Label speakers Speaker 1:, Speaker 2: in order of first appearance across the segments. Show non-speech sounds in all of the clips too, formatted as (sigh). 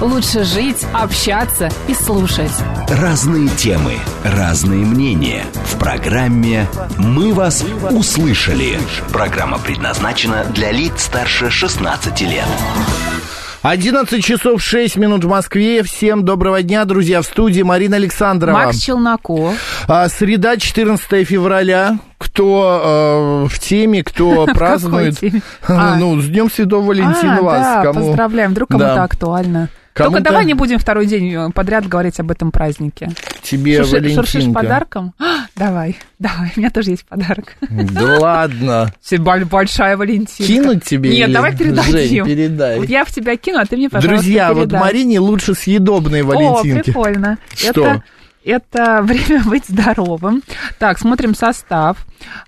Speaker 1: лучше жить, общаться и слушать.
Speaker 2: Разные темы, разные мнения. В программе «Мы вас услышали». Программа предназначена для лиц старше 16 лет.
Speaker 3: 11 часов 6 минут в Москве. Всем доброго дня, друзья. В студии Марина Александрова.
Speaker 1: Макс Челноков.
Speaker 3: А, среда, 14 февраля. Кто э, в теме,
Speaker 1: (laughs)
Speaker 3: кто празднует. (laughs)
Speaker 1: теме? А.
Speaker 3: Ну, с Днем Святого Валентина
Speaker 1: а,
Speaker 3: вас.
Speaker 1: да,
Speaker 3: кому-
Speaker 1: поздравляем. Вдруг кому-то
Speaker 3: Да.
Speaker 1: актуально.
Speaker 3: Кому-то-
Speaker 1: Только давай не будем второй день э, подряд говорить об этом празднике.
Speaker 3: Тебе,
Speaker 1: Шурши- шуршишь
Speaker 3: Валентинка.
Speaker 1: подарком? (gasps) А, давай, давай, у меня тоже есть подарок. (laughs)
Speaker 3: Да ладно.
Speaker 1: Тебе боль- Большая Валентина.
Speaker 3: Кинуть тебе
Speaker 1: Нет,
Speaker 3: или-
Speaker 1: давай передадим.
Speaker 3: Жень, передай.
Speaker 1: Вот я в тебя кину, а ты мне, пожалуйста,
Speaker 3: Друзья, вот
Speaker 1: передай.
Speaker 3: Марине лучше съедобные
Speaker 1: О,
Speaker 3: валентинки.
Speaker 1: прикольно.
Speaker 3: Что?
Speaker 1: Это, это время (laughs) быть здоровым. Так, смотрим состав.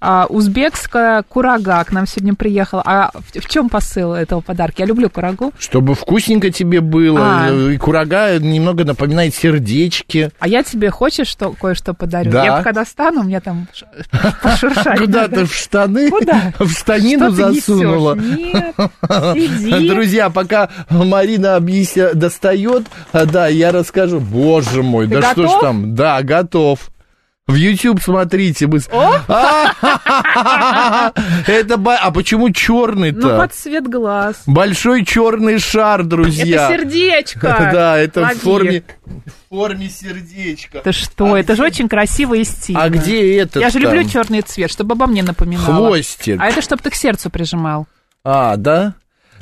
Speaker 1: А, узбекская курага к нам сегодня приехала. А в, чем посыл этого подарка? Я люблю курагу.
Speaker 3: Чтобы вкусненько тебе было. э,
Speaker 1: А.
Speaker 3: И курага немного напоминает сердечки.
Speaker 1: А я тебе хочешь что, кое-что подарю?
Speaker 3: Да.
Speaker 1: Я когда стану, у меня там ш- пошуршать. (laughs)
Speaker 3: Куда-то в штаны,
Speaker 1: Куда?
Speaker 3: (laughs) в штанину
Speaker 1: Что ты
Speaker 3: засунула.
Speaker 1: несешь? Нет, сиди.
Speaker 3: (laughs) Друзья, пока Марина объясня достает, а, да, я расскажу. Боже мой,
Speaker 1: Ты
Speaker 3: да что ж
Speaker 1: готов?
Speaker 3: там? Да, готов. В YouTube смотрите. Мы... с- (laughs) Это ба- А почему
Speaker 1: Ну,
Speaker 3: черный-то?
Speaker 1: под цвет глаз.
Speaker 3: Большой черный шар, друзья.
Speaker 1: Это сердечко.
Speaker 3: (laughs) Да, это в
Speaker 1: Лови.
Speaker 3: форме, в форме сердечка.
Speaker 1: Это что?
Speaker 3: А
Speaker 1: это же
Speaker 3: где-
Speaker 1: очень красиво и стильно.
Speaker 3: А где этот
Speaker 1: Я же люблю
Speaker 3: там?
Speaker 1: черный цвет, чтобы обо мне напоминало.
Speaker 3: Хвостик.
Speaker 1: А это чтобы ты к сердцу прижимал.
Speaker 3: А, да?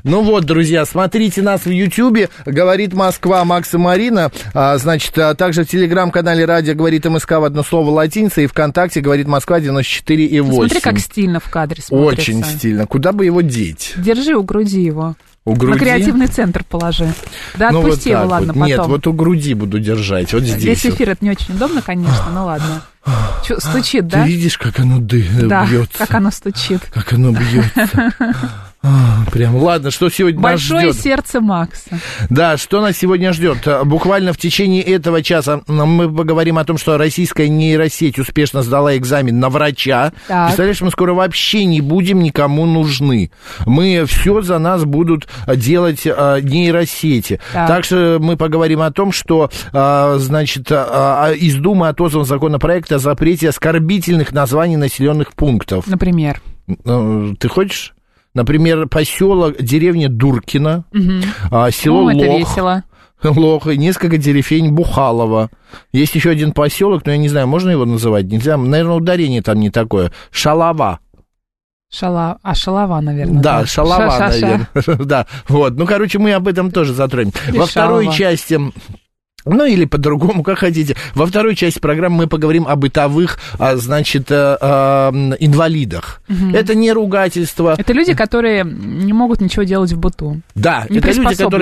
Speaker 3: Ну вот, друзья, смотрите нас в Ютьюбе, говорит Москва Макс и Марина, А, значит, а также в Телеграм-канале Радио говорит МСК в одно слово латинца и ВКонтакте говорит Москва 94 и 8.
Speaker 1: Смотри, как стильно в кадре смотрится.
Speaker 3: Очень стильно. Куда бы его деть?
Speaker 1: Держи у груди его.
Speaker 3: У груди?
Speaker 1: На креативный центр положи. Да
Speaker 3: Ну, вот
Speaker 1: отпусти его,
Speaker 3: так вот.
Speaker 1: ладно,
Speaker 3: Нет,
Speaker 1: потом.
Speaker 3: вот у груди буду держать, вот здесь.
Speaker 1: Весь
Speaker 3: вот.
Speaker 1: эфир это не очень удобно, конечно, ну ладно. Чё, стучит,
Speaker 3: Ты
Speaker 1: да?
Speaker 3: видишь, как оно ды-
Speaker 1: Да,
Speaker 3: бьется?
Speaker 1: как оно стучит.
Speaker 3: Как
Speaker 1: (laughs)
Speaker 3: оно бьется. А, Прям, ладно, что сегодня нас
Speaker 1: Большое
Speaker 3: ждет?
Speaker 1: сердце Макса.
Speaker 3: Да, что нас сегодня ждет? А, Буквально в течение этого часа м, мы поговорим о том, что российская нейросеть успешно сдала экзамен на врача.
Speaker 1: Так.
Speaker 3: Представляешь, мы скоро вообще не будем никому нужны. Мы все за нас будут а, делать а, нейросети.
Speaker 1: Так.
Speaker 3: Также мы поговорим о том, что, а, значит, а, а, из Думы отозван законопроект о запрете оскорбительных названий населенных пунктов.
Speaker 1: Ну. Например.
Speaker 3: Э, Ты хочешь? Например, поселок, деревня Дуркина, а, село
Speaker 1: О, Ну, это
Speaker 3: Лох,
Speaker 1: весело.
Speaker 3: Лох и несколько деревень Бухалова. Есть еще один поселок, но я не знаю, можно его называть? Нельзя, наверное, ударение там не такое. Шалава.
Speaker 1: Шала... А, шалава, наверное.
Speaker 3: Да, шалава,
Speaker 1: Ша-ша-ша.
Speaker 3: наверное. (laughs) Да, вот. Ну, короче, мы об этом тоже затронем.
Speaker 1: Или
Speaker 3: Во второй
Speaker 1: шалава.
Speaker 3: части... м, Ну, или по-другому, (laughs) как хотите. Во второй части программы мы поговорим о бытовых, а, значит, э, э, м, инвалидах. Это не ругательство.
Speaker 1: Это люди, которые не могут ничего делать в быту.
Speaker 3: Да, это люди, которые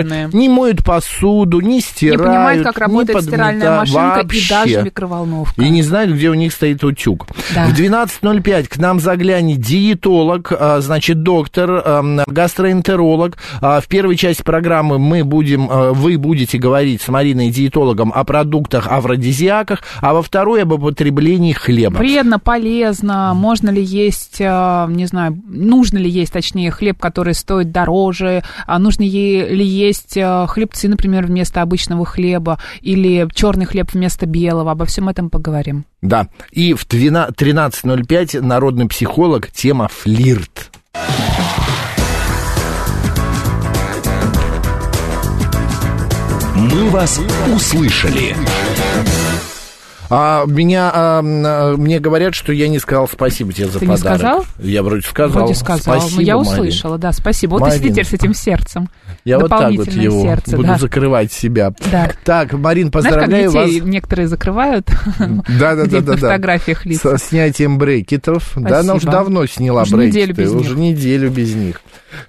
Speaker 1: Неприспособленные.
Speaker 3: не моют посуду, не
Speaker 1: Не
Speaker 3: стирают,
Speaker 1: понимают, как работает
Speaker 3: подметают
Speaker 1: стиральная машинка и
Speaker 3: вообще.
Speaker 1: даже микроволновка.
Speaker 3: И не знают, где у них стоит утюг.
Speaker 1: Да.
Speaker 3: В 12.05 к нам заглянет диетолог, а, значит, доктор, ам, гастроэнтеролог. А, В первой части программы мы будем, а, вы будете говорить с Мариной диетологом о продуктах, афродизиаках, а во второй об употреблении хлеба.
Speaker 1: Вредно, полезно, можно ли есть, э, не знаю, нужно ли есть, точнее, хлеб, который стоит дороже, а нужно е- ли есть э, хлебцы, например, вместо обычного хлеба, или черный хлеб вместо белого, обо всем этом поговорим.
Speaker 3: Да. И в 12 13.05 народный психолог, тема флирт.
Speaker 2: «Мы вас услышали».
Speaker 3: А меня, а, м, а, мне говорят, что я не сказал спасибо тебе за
Speaker 1: Ты не
Speaker 3: подарок.
Speaker 1: сказал?
Speaker 3: Я вроде сказал.
Speaker 1: Вроде сказал,
Speaker 3: Спасибо,
Speaker 1: но я
Speaker 3: Марин.
Speaker 1: услышала, да, спасибо. Вот ты
Speaker 3: Марин.
Speaker 1: сидишь с этим сердцем.
Speaker 3: Я вот так вот
Speaker 1: Дополнительное
Speaker 3: его
Speaker 1: сердце,
Speaker 3: буду
Speaker 1: да.
Speaker 3: закрывать себя.
Speaker 1: Да.
Speaker 3: Так, Марин,
Speaker 1: Знаешь, как
Speaker 3: поздравляю
Speaker 1: детей
Speaker 3: вас
Speaker 1: некоторые закрывают (laughs)
Speaker 3: да, да, да,
Speaker 1: где-то
Speaker 3: да,
Speaker 1: на
Speaker 3: да.
Speaker 1: фотографиях лиц.
Speaker 3: со снятием брекетов. Да, она уже
Speaker 1: Спасибо.
Speaker 3: давно сняла
Speaker 1: Уже
Speaker 3: брекеты.
Speaker 1: неделю без
Speaker 3: уже
Speaker 1: них.
Speaker 3: неделю без них.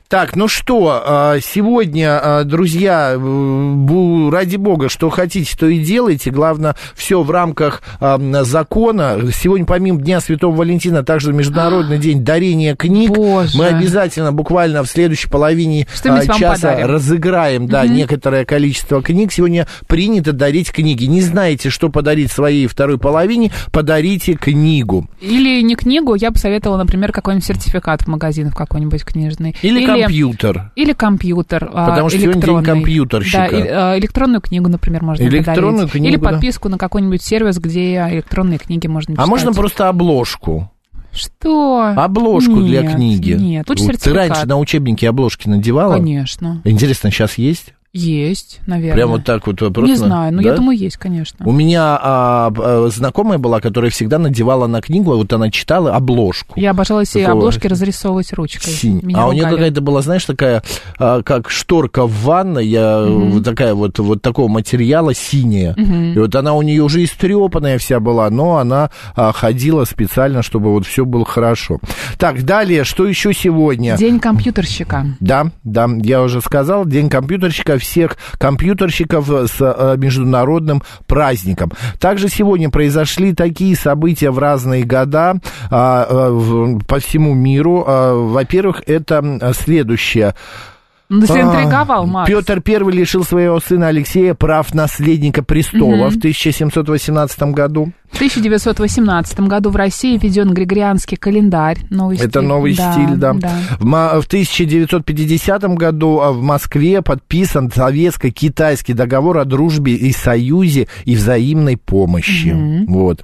Speaker 3: Так, ну что, а, сегодня, а, друзья, э, бу- ради бога, что хотите, то и делайте. Главное, все в рамках а, м, закона. Сегодня, помимо Дня Святого Валентина, также Международный день дарения книг.
Speaker 1: А, Боже.
Speaker 3: Мы обязательно буквально в следующей половине
Speaker 1: Что-нибудь
Speaker 3: а,
Speaker 1: вам
Speaker 3: часа
Speaker 1: подарим.
Speaker 3: разыграем да, некоторое количество книг. Сегодня принято дарить книги. Не знаете, что подарить своей второй половине, подарите книгу.
Speaker 1: Или не книгу, я бы советовала, например, какой-нибудь сертификат в магазин в какой-нибудь книжный.
Speaker 3: Или, компьютер. А
Speaker 1: Или компьютер. а,
Speaker 3: Потому что сегодня день
Speaker 1: электронный.
Speaker 3: компьютерщика.
Speaker 1: Да, и, а, электронную книгу, например, можно
Speaker 3: Электронную
Speaker 1: подарить.
Speaker 3: книгу,
Speaker 1: Или
Speaker 3: да.
Speaker 1: подписку на какой-нибудь сервис, где электронные книги можно
Speaker 3: А
Speaker 1: читать.
Speaker 3: можно просто обложку.
Speaker 1: Что?
Speaker 3: Обложку для
Speaker 1: А, Нет,
Speaker 3: книги.
Speaker 1: Нет, лучше
Speaker 3: Вот Ты
Speaker 1: сертификат.
Speaker 3: раньше на учебники обложки надевала?
Speaker 1: Конечно.
Speaker 3: Интересно, сейчас есть?
Speaker 1: Есть, наверное.
Speaker 3: Прям вот так вот э, просто?
Speaker 1: Не знаю, но
Speaker 3: Да?
Speaker 1: я думаю, есть, конечно.
Speaker 3: У меня а, а, знакомая была, которая всегда надевала на книгу, вот она читала обложку.
Speaker 1: Я обожала себе
Speaker 3: Такого-
Speaker 1: обложки разрисовывать ручкой.
Speaker 3: Синь.
Speaker 1: Меня
Speaker 3: А у нее
Speaker 1: ругали.
Speaker 3: какая-то была, знаешь, такая, а, как шторка в ванной, я, вот такая вот, вот такого материала синяя. И вот она у нее уже истрепанная вся была, но она а, ходила специально, чтобы вот все было хорошо. Так, далее, что еще сегодня?
Speaker 1: День компьютерщика.
Speaker 3: Да, да, я уже сказал, День компьютерщика всех компьютерщиков с э, международным праздником. Также сегодня произошли такие события в разные года а, э, в- по всему миру. А, Во-первых, это м, следующее.
Speaker 1: Ну, ты заинтриговал, Макс.
Speaker 3: Петр I лишил своего сына Алексея прав наследника престола в 1718 году.
Speaker 1: В 1918 году в России введен григорианский календарь. Новый
Speaker 3: Это
Speaker 1: стиль.
Speaker 3: новый стиль, да.
Speaker 1: да.
Speaker 3: В, ма- в 1950 году а, в Москве подписан советско-китайский договор о дружбе и союзе и взаимной помощи. Вот.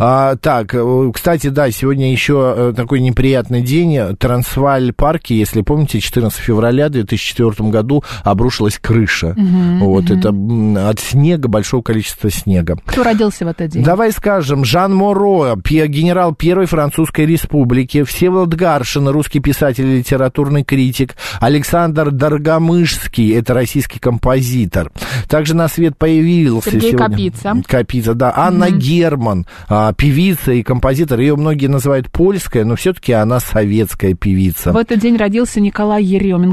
Speaker 3: А, так, э, кстати, да, сегодня еще э, такой неприятный день. Трансваль парке, если помните, 14 февраля 2004 году обрушилась крыша. вот, это м, от снега, большого количества снега.
Speaker 1: Кто родился в этот день?
Speaker 3: Давай скажем, Жан Моро, пе- генерал Первой Французской Республики, Всеволод Гаршин, русский писатель и литературный критик, Александр Доргомышский, это российский композитор. Также на свет появился
Speaker 1: Сергей
Speaker 3: сегодня...
Speaker 1: Капица.
Speaker 3: Капица, да. Анна Герман, а, певица и композитор. Ее многие называют польская, но все-таки она советская певица.
Speaker 1: В этот день родился Николай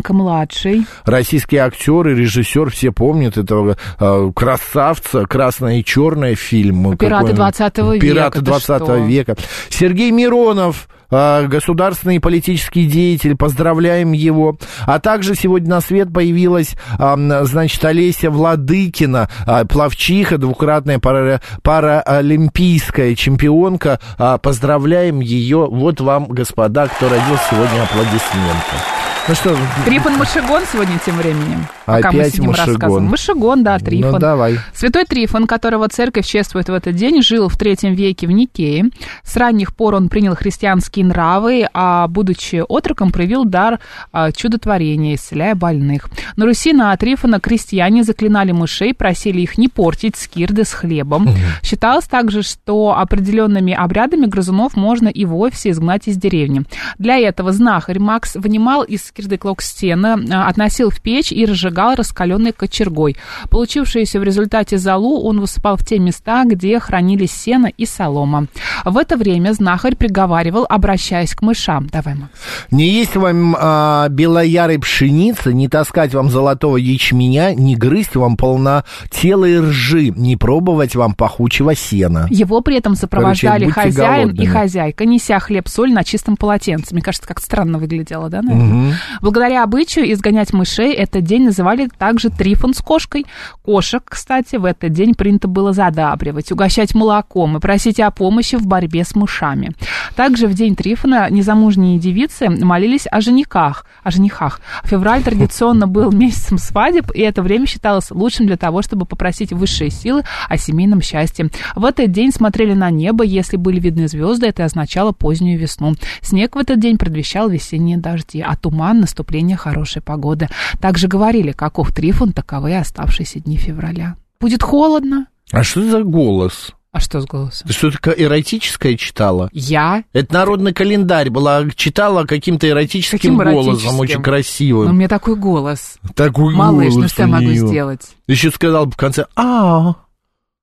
Speaker 1: Еременко-младший.
Speaker 3: Российские актеры, режиссер, все помнят этого э, красавца, красное и черное фильм.
Speaker 1: «Пираты
Speaker 3: Какой он?
Speaker 1: 20 века»,
Speaker 3: Пираты
Speaker 1: ты
Speaker 3: 20
Speaker 1: что?
Speaker 3: века. Сергей Миронов, э, государственный и политический деятель, поздравляем его. А также сегодня на свет появилась, а, м, значит, Олеся Владыкина, а, пловчиха, двукратная пара- параолимпийская чемпионка. А, Поздравляем ее. Вот вам, господа, кто родился сегодня, аплодисменты. Ну что,
Speaker 1: Трифон Мышегон сегодня тем временем. пока мы
Speaker 3: Опять
Speaker 1: сидим
Speaker 3: Мышегон.
Speaker 1: рассказываем. Мышегон, да, Трифон.
Speaker 3: Ну, давай.
Speaker 1: Святой Трифон, которого церковь чествует в этот день, жил в третьем веке в Никее. С ранних пор он принял христианские нравы, а, будучи отроком, проявил дар а, чудотворения, исцеляя больных. На Руси на Трифона крестьяне заклинали мышей, просили их не портить скирды с хлебом. Считалось также, что определенными обрядами грызунов можно и вовсе изгнать из деревни. Для этого знахарь Макс вынимал из скирдыклок стены, а, относил в печь и разжигал раскаленной кочергой. Получившуюся в результате залу он высыпал в те места, где хранились сено и солома. В это время знахарь приговаривал, обращаясь к мышам. Давай, Макс.
Speaker 3: Не есть вам а, белоярой пшеницы, не таскать вам золотого ячменя, не грызть вам полнотелой ржи, не пробовать вам пахучего сена.
Speaker 1: Его при этом сопровождали
Speaker 3: будьте
Speaker 1: хозяин
Speaker 3: голодными.
Speaker 1: и хозяйка, неся хлеб-соль на чистом полотенце. Мне кажется, как странно выглядело, да? наверное? Благодаря обычаю изгонять мышей этот день называли также трифон с кошкой. Кошек, кстати, в этот день принято было задабривать, угощать молоком и просить о помощи в борьбе с мышами. Также в день трифона незамужние девицы молились о женихах. О женихах. Февраль традиционно был (laughs) месяцем свадеб, и это время считалось лучшим для того, чтобы попросить высшие силы о семейном счастье. В этот день смотрели на небо, если были видны звезды, это означало позднюю весну. Снег в этот день предвещал весенние дожди, а туман – наступление хорошей погоды. Также говорили, каков трифон, таковы и оставшиеся дни февраля. Будет холодно.
Speaker 3: А что за голос?
Speaker 1: А что с голосом?
Speaker 3: Ты что-то ка- эротическое читала?
Speaker 1: Я?
Speaker 3: Это народный календарь была, читала каким-то эротическим
Speaker 1: Каким
Speaker 3: голосом,
Speaker 1: эротическим?
Speaker 3: очень
Speaker 1: Ну, у
Speaker 3: красивым.
Speaker 1: меня такой голос.
Speaker 3: Такой
Speaker 1: Малыш, ну
Speaker 3: голос
Speaker 1: что я
Speaker 3: у
Speaker 1: могу
Speaker 3: неё.
Speaker 1: сделать?
Speaker 3: Еще сказал бы в конце, а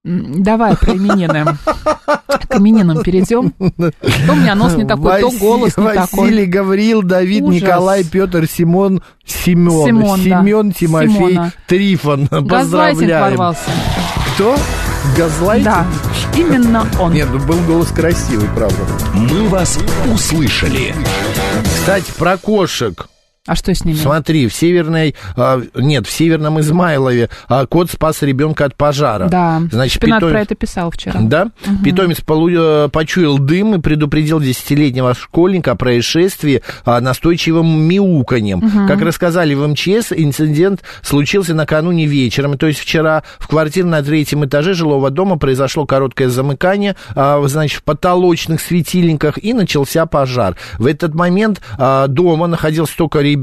Speaker 1: М, Давай про
Speaker 3: (laughs)
Speaker 1: именины. К именинам перейдем. То у меня нос не такой, то
Speaker 3: Васи-
Speaker 1: голос не
Speaker 3: Василий,
Speaker 1: такой.
Speaker 3: Гавриил, Давид,
Speaker 1: Ужас.
Speaker 3: Николай, Петр, Симон, Семен.
Speaker 1: Симон, да.
Speaker 3: Семен, Тимофей,
Speaker 1: Симона.
Speaker 3: Трифон.
Speaker 1: Газлайтинг
Speaker 3: Поздравляем.
Speaker 1: ворвался.
Speaker 3: Кто? Газлайтинг?
Speaker 1: Да, именно он.
Speaker 3: Нет, ну был голос красивый, правда.
Speaker 2: «Мы вас услышали».
Speaker 3: Кстати, про кошек.
Speaker 1: А что с ними?
Speaker 3: Смотри, в северной, а, нет, в северном Измайлове а, кот спас ребенка от пожара.
Speaker 1: Да,
Speaker 3: Значит,
Speaker 1: Шпинат
Speaker 3: питомец-
Speaker 1: про это писал вчера.
Speaker 3: Да? Питомец полу- э, почуял дым и предупредил десятилетнего школьника о происшествии а, настойчивым мяуканьем. Как рассказали в МЧС, инцидент случился накануне вечером. То есть вчера в квартире на третьем этаже жилого дома произошло короткое замыкание, а, значит, в потолочных светильниках и начался пожар. В этот момент а, дома находился только ребенок.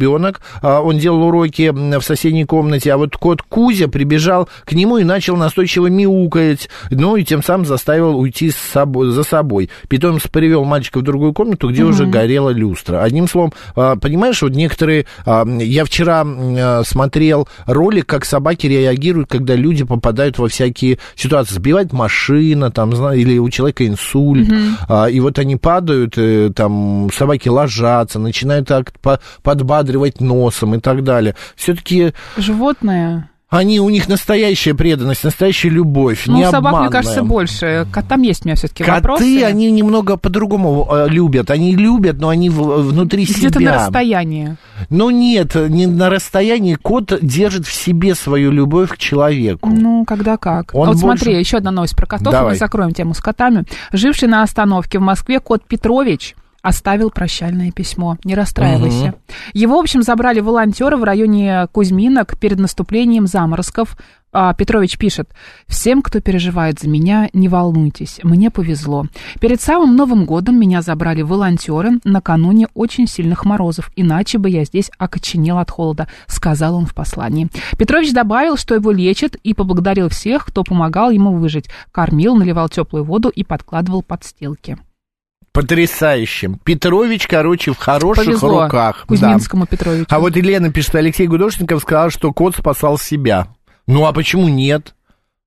Speaker 3: а, Он делал уроки м, в соседней комнате, а вот кот Кузя прибежал к нему и начал настойчиво мяукать, ну и тем самым заставил уйти с собой, за собой. Питомец привел мальчика в другую комнату, где уже горела люстра. Одним словом, а, понимаешь, вот некоторые... а, м, Я вчера м, э, смотрел ролик, как собаки реагируют, когда люди попадают во всякие ситуации. Сбивает машина, там, зна- или у человека инсульт. а, И вот они падают, э, там, собаки ложатся, начинают так по- подбадривать носом и так далее. Все-таки
Speaker 1: Животные.
Speaker 3: они, у них настоящая преданность, настоящая любовь,
Speaker 1: Ну,
Speaker 3: не
Speaker 1: у собак, мне
Speaker 3: обманная.
Speaker 1: кажется, больше. Котам есть у меня все-таки
Speaker 3: Коты,
Speaker 1: вопросы.
Speaker 3: они немного по-другому э, любят. Они любят, но они в- э, внутри
Speaker 1: Где-то
Speaker 3: себя.
Speaker 1: на расстоянии.
Speaker 3: Но нет, не на расстоянии кот держит в себе свою любовь к человеку.
Speaker 1: Ну, когда как.
Speaker 3: Он
Speaker 1: А вот
Speaker 3: больше-
Speaker 1: смотри, еще одна новость про котов, и
Speaker 3: Давай.
Speaker 1: мы закроем тему с котами. Живший на остановке в Москве кот Петрович оставил прощальное письмо. Не расстраивайся. Его, в общем, забрали волонтеры в районе Кузьминок перед наступлением заморозков. А, Петрович пишет, «Всем, кто переживает за меня, не волнуйтесь, мне повезло. Перед самым Новым годом меня забрали волонтеры накануне очень сильных морозов, иначе бы я здесь окоченел от холода», — сказал он в послании. Петрович добавил, что его лечат, и поблагодарил всех, кто помогал ему выжить, кормил, наливал теплую воду и подкладывал подстилки.
Speaker 3: Потрясающим. Петрович, короче, в хороших
Speaker 1: Повезло
Speaker 3: руках. Да.
Speaker 1: Кузьминскому Петровичу.
Speaker 3: А вот Елена пишет, Алексей Гудошников сказал, что кот спасал себя. Ну а почему нет?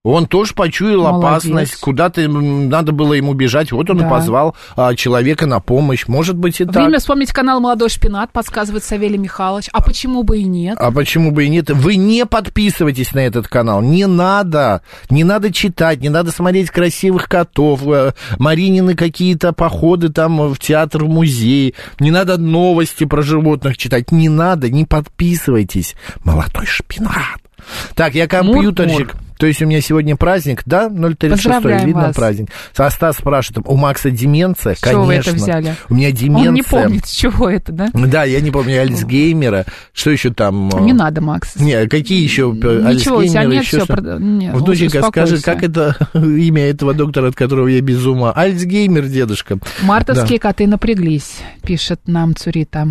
Speaker 3: Он тоже почуял
Speaker 1: Молодец.
Speaker 3: опасность, куда-то м, надо было ему бежать, вот он
Speaker 1: Да.
Speaker 3: и позвал а, человека на помощь. Может быть и так.
Speaker 1: Время вспомнить канал «Молодой шпинат», подсказывает Савелий Михайлович. А почему бы и нет?
Speaker 3: А почему бы и нет? Вы не подписывайтесь на этот канал. Не надо. Не надо читать, не надо смотреть красивых котов, э, Маринины какие-то походы там в театр, в музей. Не надо новости про животных читать. Не надо, не подписывайтесь. Молодой шпинат. Так, я компьютерщик. То есть у меня сегодня праздник, да? 036
Speaker 1: Поздравляем
Speaker 3: видно
Speaker 1: вас.
Speaker 3: праздник. А Стас спрашивает, у Макса деменция?
Speaker 1: С чего вы это
Speaker 3: Конечно.
Speaker 1: взяли?
Speaker 3: У меня деменция.
Speaker 1: Он не помнит, с чего это, да?
Speaker 3: Да, я не помню Альцгеймера. Что еще там? э,
Speaker 1: Не надо, Макс.
Speaker 3: не, а какие еще э,
Speaker 1: Ничего, у тебя нет, все.
Speaker 3: Внученька, скажи, как это (laughs) имя этого доктора, от которого я без ума? Альцгеймер, дедушка.
Speaker 1: Мартовские коты напряглись, пишет нам Цурита.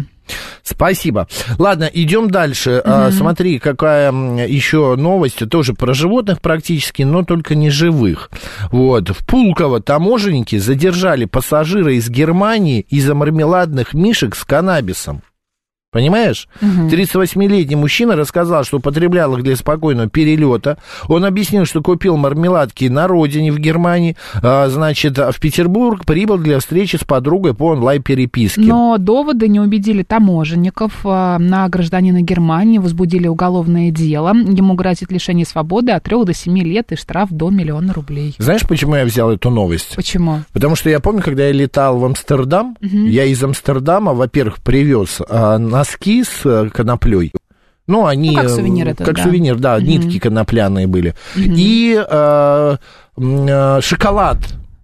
Speaker 3: Спасибо. Ладно, идем дальше. А, Смотри, какая м, еще новость, тоже про животных практически, но только не живых. Вот. В Пулково таможенники задержали пассажира из Германии из-за мармеладных мишек с каннабисом. Понимаешь? 38-летний мужчина рассказал, что употреблял их для спокойного перелета. Он объяснил, что купил мармеладки на родине в Германии. А, значит, в Петербург прибыл для встречи с подругой по онлайн-переписке.
Speaker 1: Но доводы не убедили таможенников. А, На гражданина Германии возбудили уголовное дело. Ему грозит лишение свободы от 3 до 7 лет и штраф до миллиона рублей.
Speaker 3: Знаешь, почему я взял эту новость?
Speaker 1: Почему?
Speaker 3: Потому что я помню, когда я летал в Амстердам, я из Амстердама, во-первых, привез а, носки с а, коноплей. Ну, они...
Speaker 1: Ну, как сувенир
Speaker 3: э,
Speaker 1: это,
Speaker 3: Как
Speaker 1: да.
Speaker 3: сувенир, да, нитки конопляные были. И а, м, а, шоколад.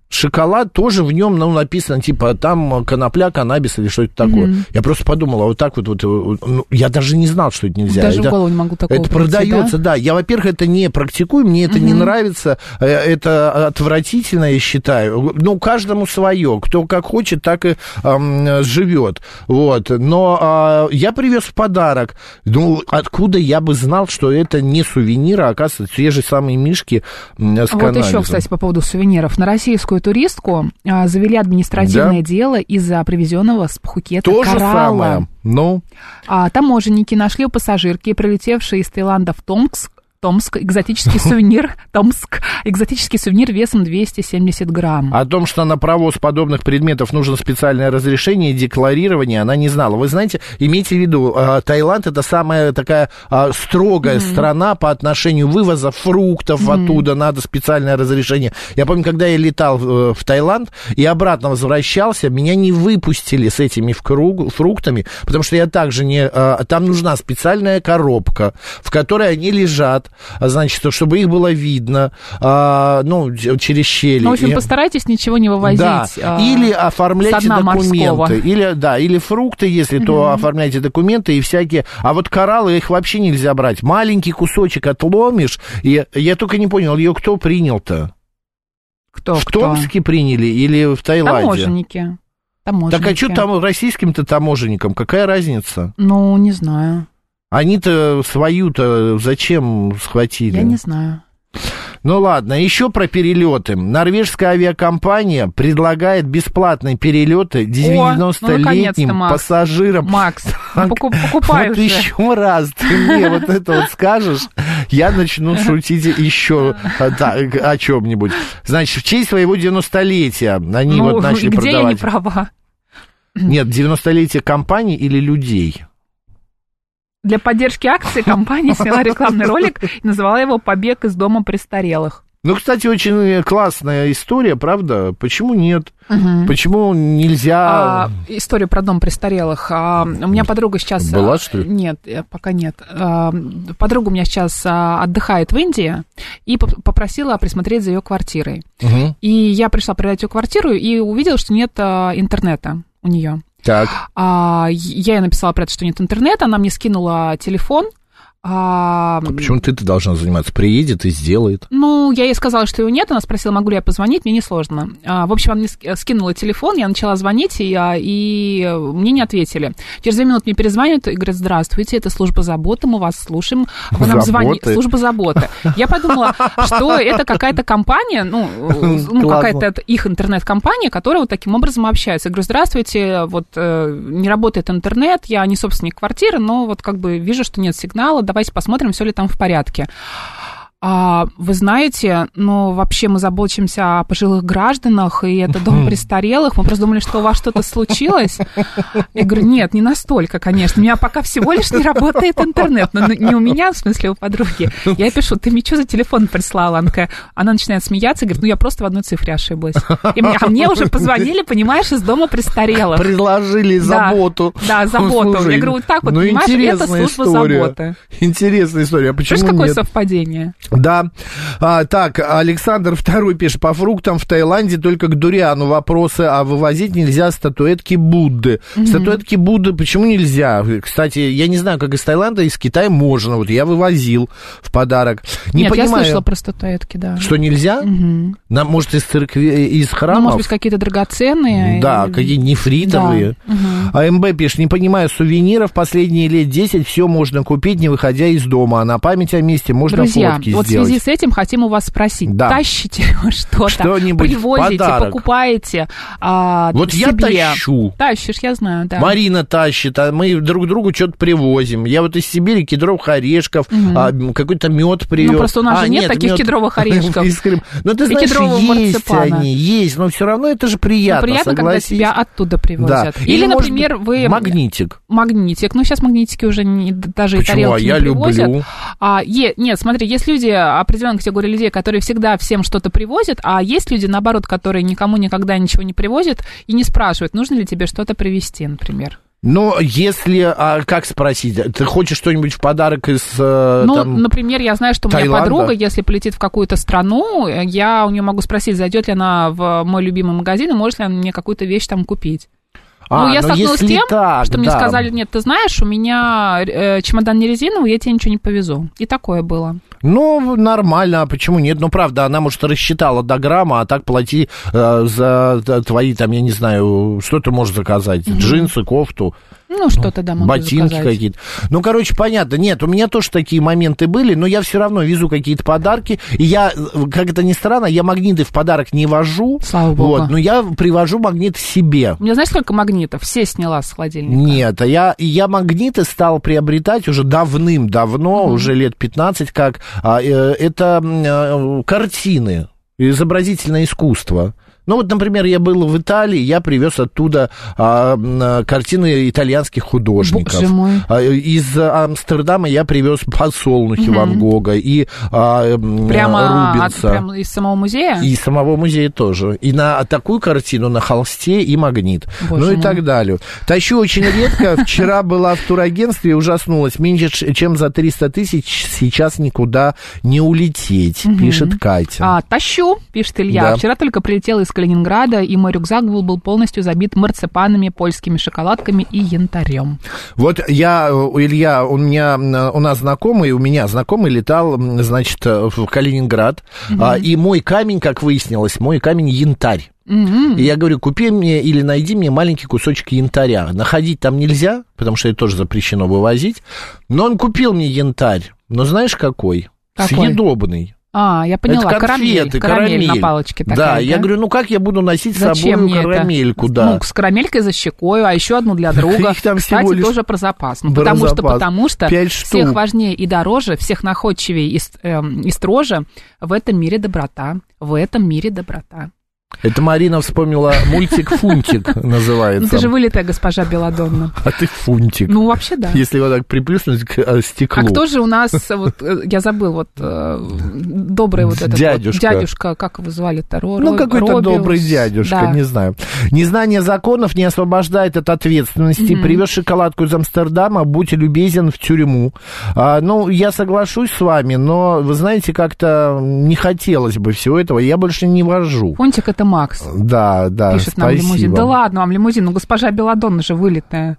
Speaker 3: Шоколад тоже в нем ну, написано, типа, там а, конопля, каннабис или что-то такое. Я просто подумал, а вот так вот, вот, э, вот, ну, я даже не знал, что это нельзя.
Speaker 1: Даже в
Speaker 3: Это-
Speaker 1: голову не могу такого
Speaker 3: это
Speaker 1: прийти, да?
Speaker 3: продается, да. Я, во-первых, это не практикую, мне это не нравится, э, это отвратительно, я считаю. Ну, каждому свое, кто как хочет, так и эм, э, живет. Вот. Но а, я привез в подарок. Ну, откуда я бы знал, что это не сувениры, а, оказывается, те же самые мишки м, с
Speaker 1: А Вот еще,
Speaker 3: каннабисом.
Speaker 1: кстати, по поводу сувениров. На российскую туристку а, завели административное
Speaker 3: Да?
Speaker 1: дело из-за привезенного с Пхукета
Speaker 3: То же
Speaker 1: коралла.
Speaker 3: самое. Ну,
Speaker 1: А, таможенники нашли у пассажирки, прилетевшей из Таиланда в Томск, Томск,
Speaker 3: (laughs)
Speaker 1: экзотический сувенир, Томск, экзотический сувенир весом 270 грамм.
Speaker 3: О том, что на провоз подобных предметов нужно специальное разрешение и декларирование, она не знала. Вы знаете, имейте в виду, э, Таиланд это самая такая э, строгая страна по отношению вывоза фруктов оттуда, надо специальное разрешение. Я помню, когда я летал э, в Таиланд и обратно возвращался, меня не выпустили с этими в круг- фруктами, потому что я также не... э, Там нужна специальная коробка, в которой они лежат, а, значит, чтобы их было видно, а, ну, ч- через щели.
Speaker 1: Ну, в общем,
Speaker 3: И-
Speaker 1: постарайтесь ничего не вывозить.
Speaker 3: да,
Speaker 1: а,
Speaker 3: или
Speaker 1: со
Speaker 3: оформляйте
Speaker 1: дна
Speaker 3: документы.
Speaker 1: морского.
Speaker 3: Или, да, или фрукты, если то оформляйте документы и всякие. А вот кораллы их вообще нельзя брать. Маленький кусочек отломишь, и я только не понял, ее кто принял-то?
Speaker 1: Кто,
Speaker 3: в
Speaker 1: кто?
Speaker 3: Томске приняли или в Таиланде?
Speaker 1: Таможенники. Таможенники.
Speaker 3: Так а что там российским-то таможенникам? Какая разница?
Speaker 1: Ну, не знаю.
Speaker 3: Они-то свою-то зачем схватили?
Speaker 1: Я не знаю.
Speaker 3: Ну ладно, еще про перелеты. Норвежская авиакомпания предлагает бесплатные перелеты
Speaker 1: ну
Speaker 3: 90-летним
Speaker 1: наконец-то, Макс.
Speaker 3: пассажирам. (laughs)
Speaker 1: Макс, ну,
Speaker 3: Так,
Speaker 1: покуп- покупай
Speaker 3: вот
Speaker 1: уже.
Speaker 3: еще раз ты мне вот это вот скажешь, я начну шутить еще э, так, о чем-нибудь. Значит, в честь своего 90-летия они
Speaker 1: ну,
Speaker 3: вот
Speaker 1: и
Speaker 3: начали
Speaker 1: где я не
Speaker 3: продавать.
Speaker 1: права?
Speaker 3: Нет, 90-летие компании или людей?
Speaker 1: Для поддержки акции
Speaker 3: (laughs)
Speaker 1: компания сняла рекламный ролик и назвала его «Побег из дома престарелых».
Speaker 3: Ну, кстати, очень э, классная история, правда? Почему нет? Почему нельзя?
Speaker 1: А, историю про дом престарелых. А, у меня подруга сейчас...
Speaker 3: Была, что ли?
Speaker 1: Нет, э, пока нет. А, подруга у меня сейчас а, отдыхает в Индии и поп- попросила присмотреть за ее квартирой.
Speaker 3: Мгм.
Speaker 1: И я пришла проверять ее квартиру и увидела, что нет а, интернета у нее.
Speaker 3: Так.
Speaker 1: А, я ей написала про это, что нет интернета, она мне скинула телефон. А,
Speaker 3: Почему ты-то должна заниматься? Приедет и сделает.
Speaker 1: ну, я ей сказала, что его нет, она спросила, могу ли я позвонить, мне несложно. А, в общем, она мне ски- э, скинула телефон, я начала звонить, и, я- и э, мне не ответили. Через две минуты мне перезвонят и говорят, здравствуйте, это служба заботы, мы вас слушаем. Вы нам звони-
Speaker 3: Заботы?
Speaker 1: Служба заботы. Я подумала, что это какая-то компания, ну, э, ну
Speaker 3: Классно.
Speaker 1: какая-то это их интернет-компания, которая вот таким образом общается. Я говорю, здравствуйте, вот э, не работает интернет, я не собственник квартиры, но вот как бы вижу, что нет сигнала, давайте посмотрим, все ли там в порядке. А, вы знаете, ну, вообще мы заботимся о пожилых гражданах, и это дом престарелых. Мы просто думали, что у вас что-то
Speaker 3: (laughs)
Speaker 1: случилось. Я говорю, нет, не настолько, конечно. У меня пока всего лишь не работает интернет. Но не у меня, в смысле, у подруги.
Speaker 3: Ну.
Speaker 1: Я ей пишу, ты мне что за телефон прислала? Она, такая- она начинает смеяться, говорит, ну, я просто в одной цифре ошиблась. И мне- а мне уже позвонили, понимаешь, из дома престарелых.
Speaker 3: Предложили
Speaker 1: Да,
Speaker 3: заботу.
Speaker 1: да, заботу.
Speaker 3: Слушай, ну,
Speaker 1: Я говорю, вот так вот, понимаешь, это
Speaker 3: интересная
Speaker 1: служба заботы.
Speaker 3: Интересная история. А
Speaker 1: Слышишь,
Speaker 3: почему
Speaker 1: какое
Speaker 3: нет?
Speaker 1: совпадение?
Speaker 3: Да. А, так, Александр Второй пишет, по фруктам в Таиланде только к дуриану вопросы, а вывозить нельзя статуэтки Будды. Статуэтки Будды почему нельзя? Кстати, я не знаю, как из Таиланда, из Китая можно. Вот я вывозил в подарок. Не
Speaker 1: нет, я
Speaker 3: понимаю,
Speaker 1: слышала про статуэтки, да.
Speaker 3: что нельзя? Нам, может, из церкви, из
Speaker 1: Ну,
Speaker 3: храмов?
Speaker 1: может быть, какие-то драгоценные.
Speaker 3: Да,
Speaker 1: или-
Speaker 3: какие нефритовые.
Speaker 1: Да, мгм.
Speaker 3: А МБ пишет, не понимаю сувениров, последние лет 10 все можно купить, не выходя из дома, а на память о месте можно
Speaker 1: Друзья,
Speaker 3: фотки
Speaker 1: вот
Speaker 3: сделать.
Speaker 1: в связи с этим хотим у вас спросить.
Speaker 3: Да.
Speaker 1: Тащите (laughs) вы что-то,
Speaker 3: Что-нибудь,
Speaker 1: привозите,
Speaker 3: подарок.
Speaker 1: покупаете а,
Speaker 3: Вот я
Speaker 1: себе.
Speaker 3: тащу.
Speaker 1: Тащишь, я знаю, да.
Speaker 3: Марина тащит, а мы друг другу что-то привозим. Я вот из Сибири кедровых орешков, а, м, какой-то мед привез.
Speaker 1: Ну, просто у нас же нет таких кедровых орешков.
Speaker 3: (laughs) Из Крыма. Ну, ты
Speaker 1: И
Speaker 3: знаешь,
Speaker 1: кедрового
Speaker 3: есть
Speaker 1: марципана.
Speaker 3: они, есть, но все равно это же
Speaker 1: Ну,
Speaker 3: приятно,
Speaker 1: приятно, когда
Speaker 3: согласись.
Speaker 1: тебя оттуда
Speaker 3: Да.
Speaker 1: привозят. Или,
Speaker 3: может
Speaker 1: например,
Speaker 3: быть,
Speaker 1: вы
Speaker 3: Магнитик.
Speaker 1: магнитик. Ну, сейчас магнитики уже не- даже и
Speaker 3: Почему?
Speaker 1: тарелки
Speaker 3: А
Speaker 1: не
Speaker 3: я
Speaker 1: привозят.
Speaker 3: люблю.
Speaker 1: А, е- нет, смотри, есть люди, определенная категория людей, которые всегда всем что-то привозят, а есть люди, наоборот, которые никому никогда ничего не привозят и не спрашивают, нужно ли тебе что-то привезти, например.
Speaker 3: Ну, если, а, как спросить, ты хочешь что-нибудь в подарок из э,
Speaker 1: Ну,
Speaker 3: там,
Speaker 1: например, я знаю, что у меня
Speaker 3: Таиланда.
Speaker 1: подруга, если полетит в какую-то страну, э, я у нее могу спросить, зайдет ли она в мой любимый магазин и может ли она мне какую-то вещь там купить.
Speaker 3: А,
Speaker 1: ну, я
Speaker 3: ну,
Speaker 1: столкнулась с
Speaker 3: если
Speaker 1: тем,
Speaker 3: так,
Speaker 1: что мне
Speaker 3: да.
Speaker 1: сказали, нет, ты знаешь, у меня э, чемодан не резиновый, я тебе ничего не повезу. И такое было.
Speaker 3: Ну, нормально, а почему нет? Ну, правда, она, может, рассчитала до грамма, а так плати э, за т- твои, там, я не знаю, что ты можешь заказать? Джинсы, кофту.
Speaker 1: Ну, что-то, да, могу
Speaker 3: ботинки
Speaker 1: заказать.
Speaker 3: какие-то. Ну, короче, понятно. Нет, у меня тоже такие моменты были, но я все равно везу какие-то подарки. И я, э, как это ни странно, я магниты в подарок не вожу.
Speaker 1: Слава богу.
Speaker 3: Вот, но я привожу магнит себе.
Speaker 1: У меня, знаешь, сколько магнитов? Все сняла с холодильника.
Speaker 3: Нет, а я, я магниты стал приобретать уже давным-давно, уже лет 15 как. А, э, это м, э, картины, изобразительное искусство. Ну вот, например, я был в Италии, я привез оттуда а, м, э, картины итальянских художников.
Speaker 1: Боже мой.
Speaker 3: А, э, Из Амстердама я привез подсолнухи Ван Гога и а, м,
Speaker 1: Прямо, от-
Speaker 3: Рубенса.
Speaker 1: прямо из самого музея?
Speaker 3: И самого музея тоже. И на а такую картину на холсте и магнит.
Speaker 1: Боже
Speaker 3: ну и
Speaker 1: мой.
Speaker 3: так далее. Тащу очень редко. Вчера была в турагентстве, ужаснулась. Меньше ч- чем за 300 тысяч сейчас никуда не улететь, пишет Катя.
Speaker 1: А, тащу, пишет Илья.
Speaker 3: Да.
Speaker 1: Вчера только прилетела из Калининграда, и мой рюкзак был, был полностью забит марципанами, польскими шоколадками и янтарем.
Speaker 3: Вот я, э, у Илья, у меня, м, у нас знакомый, у меня знакомый летал, м, значит, э, в Калининград. А, И мой камень, как выяснилось, мой камень янтарь. И я говорю, купи мне или найди мне маленький кусочек янтаря. Находить там нельзя, потому что это тоже запрещено вывозить. Но он купил мне янтарь. Но знаешь какой?
Speaker 1: Какой?
Speaker 3: Съедобный.
Speaker 1: А, я поняла,
Speaker 3: это
Speaker 1: карамель,
Speaker 3: конфеты,
Speaker 1: карамель, на
Speaker 3: карамель.
Speaker 1: палочке
Speaker 3: Да,
Speaker 1: такая, да?
Speaker 3: я говорю, ну как я буду носить с
Speaker 1: Зачем
Speaker 3: собой
Speaker 1: мне это?
Speaker 3: карамельку, да.
Speaker 1: Ну, с карамелькой за щекой, а еще
Speaker 3: (laughs)
Speaker 1: одну для друга.
Speaker 3: Их там
Speaker 1: Кстати,
Speaker 3: всего лишь
Speaker 1: тоже про запас. Ну,
Speaker 3: про
Speaker 1: потому что,
Speaker 3: запас.
Speaker 1: потому что
Speaker 3: Пять
Speaker 1: всех
Speaker 3: штук.
Speaker 1: важнее и дороже, всех находчивее и, с- эм, и строже в этом мире доброта. В этом мире доброта.
Speaker 3: Это Марина вспомнила мультик
Speaker 1: (laughs)
Speaker 3: «Фунтик»
Speaker 1: Ну, ты же
Speaker 3: называется.
Speaker 1: вылитая госпожа
Speaker 3: (laughs)
Speaker 1: Беладонна.
Speaker 3: А ты фунтик.
Speaker 1: Ну, вообще, да.
Speaker 3: Если его так приплюснуть к э, стеклу.
Speaker 1: А кто же у нас, э, вот, э, я забыл, вот, э, добрый вот этот
Speaker 3: Дядюшка.
Speaker 1: вот дядюшка, как его звали, Таро?
Speaker 3: Ну, какой-то добрый дядюшка,
Speaker 1: Да.
Speaker 3: не знаю. Незнание законов не освобождает от ответственности. Привез шоколадку из Амстердама, будь любезен в тюрьму. А, ну, я соглашусь с вами, но, вы знаете, как-то не хотелось бы всего этого. Я больше не вожу.
Speaker 1: Фунтик это Макс.
Speaker 3: Да, да,
Speaker 1: Пишет нам лимузин.
Speaker 3: спасибо. (laughs)
Speaker 1: Да ладно вам лимузин, ну госпожа Беладонна же вылитая.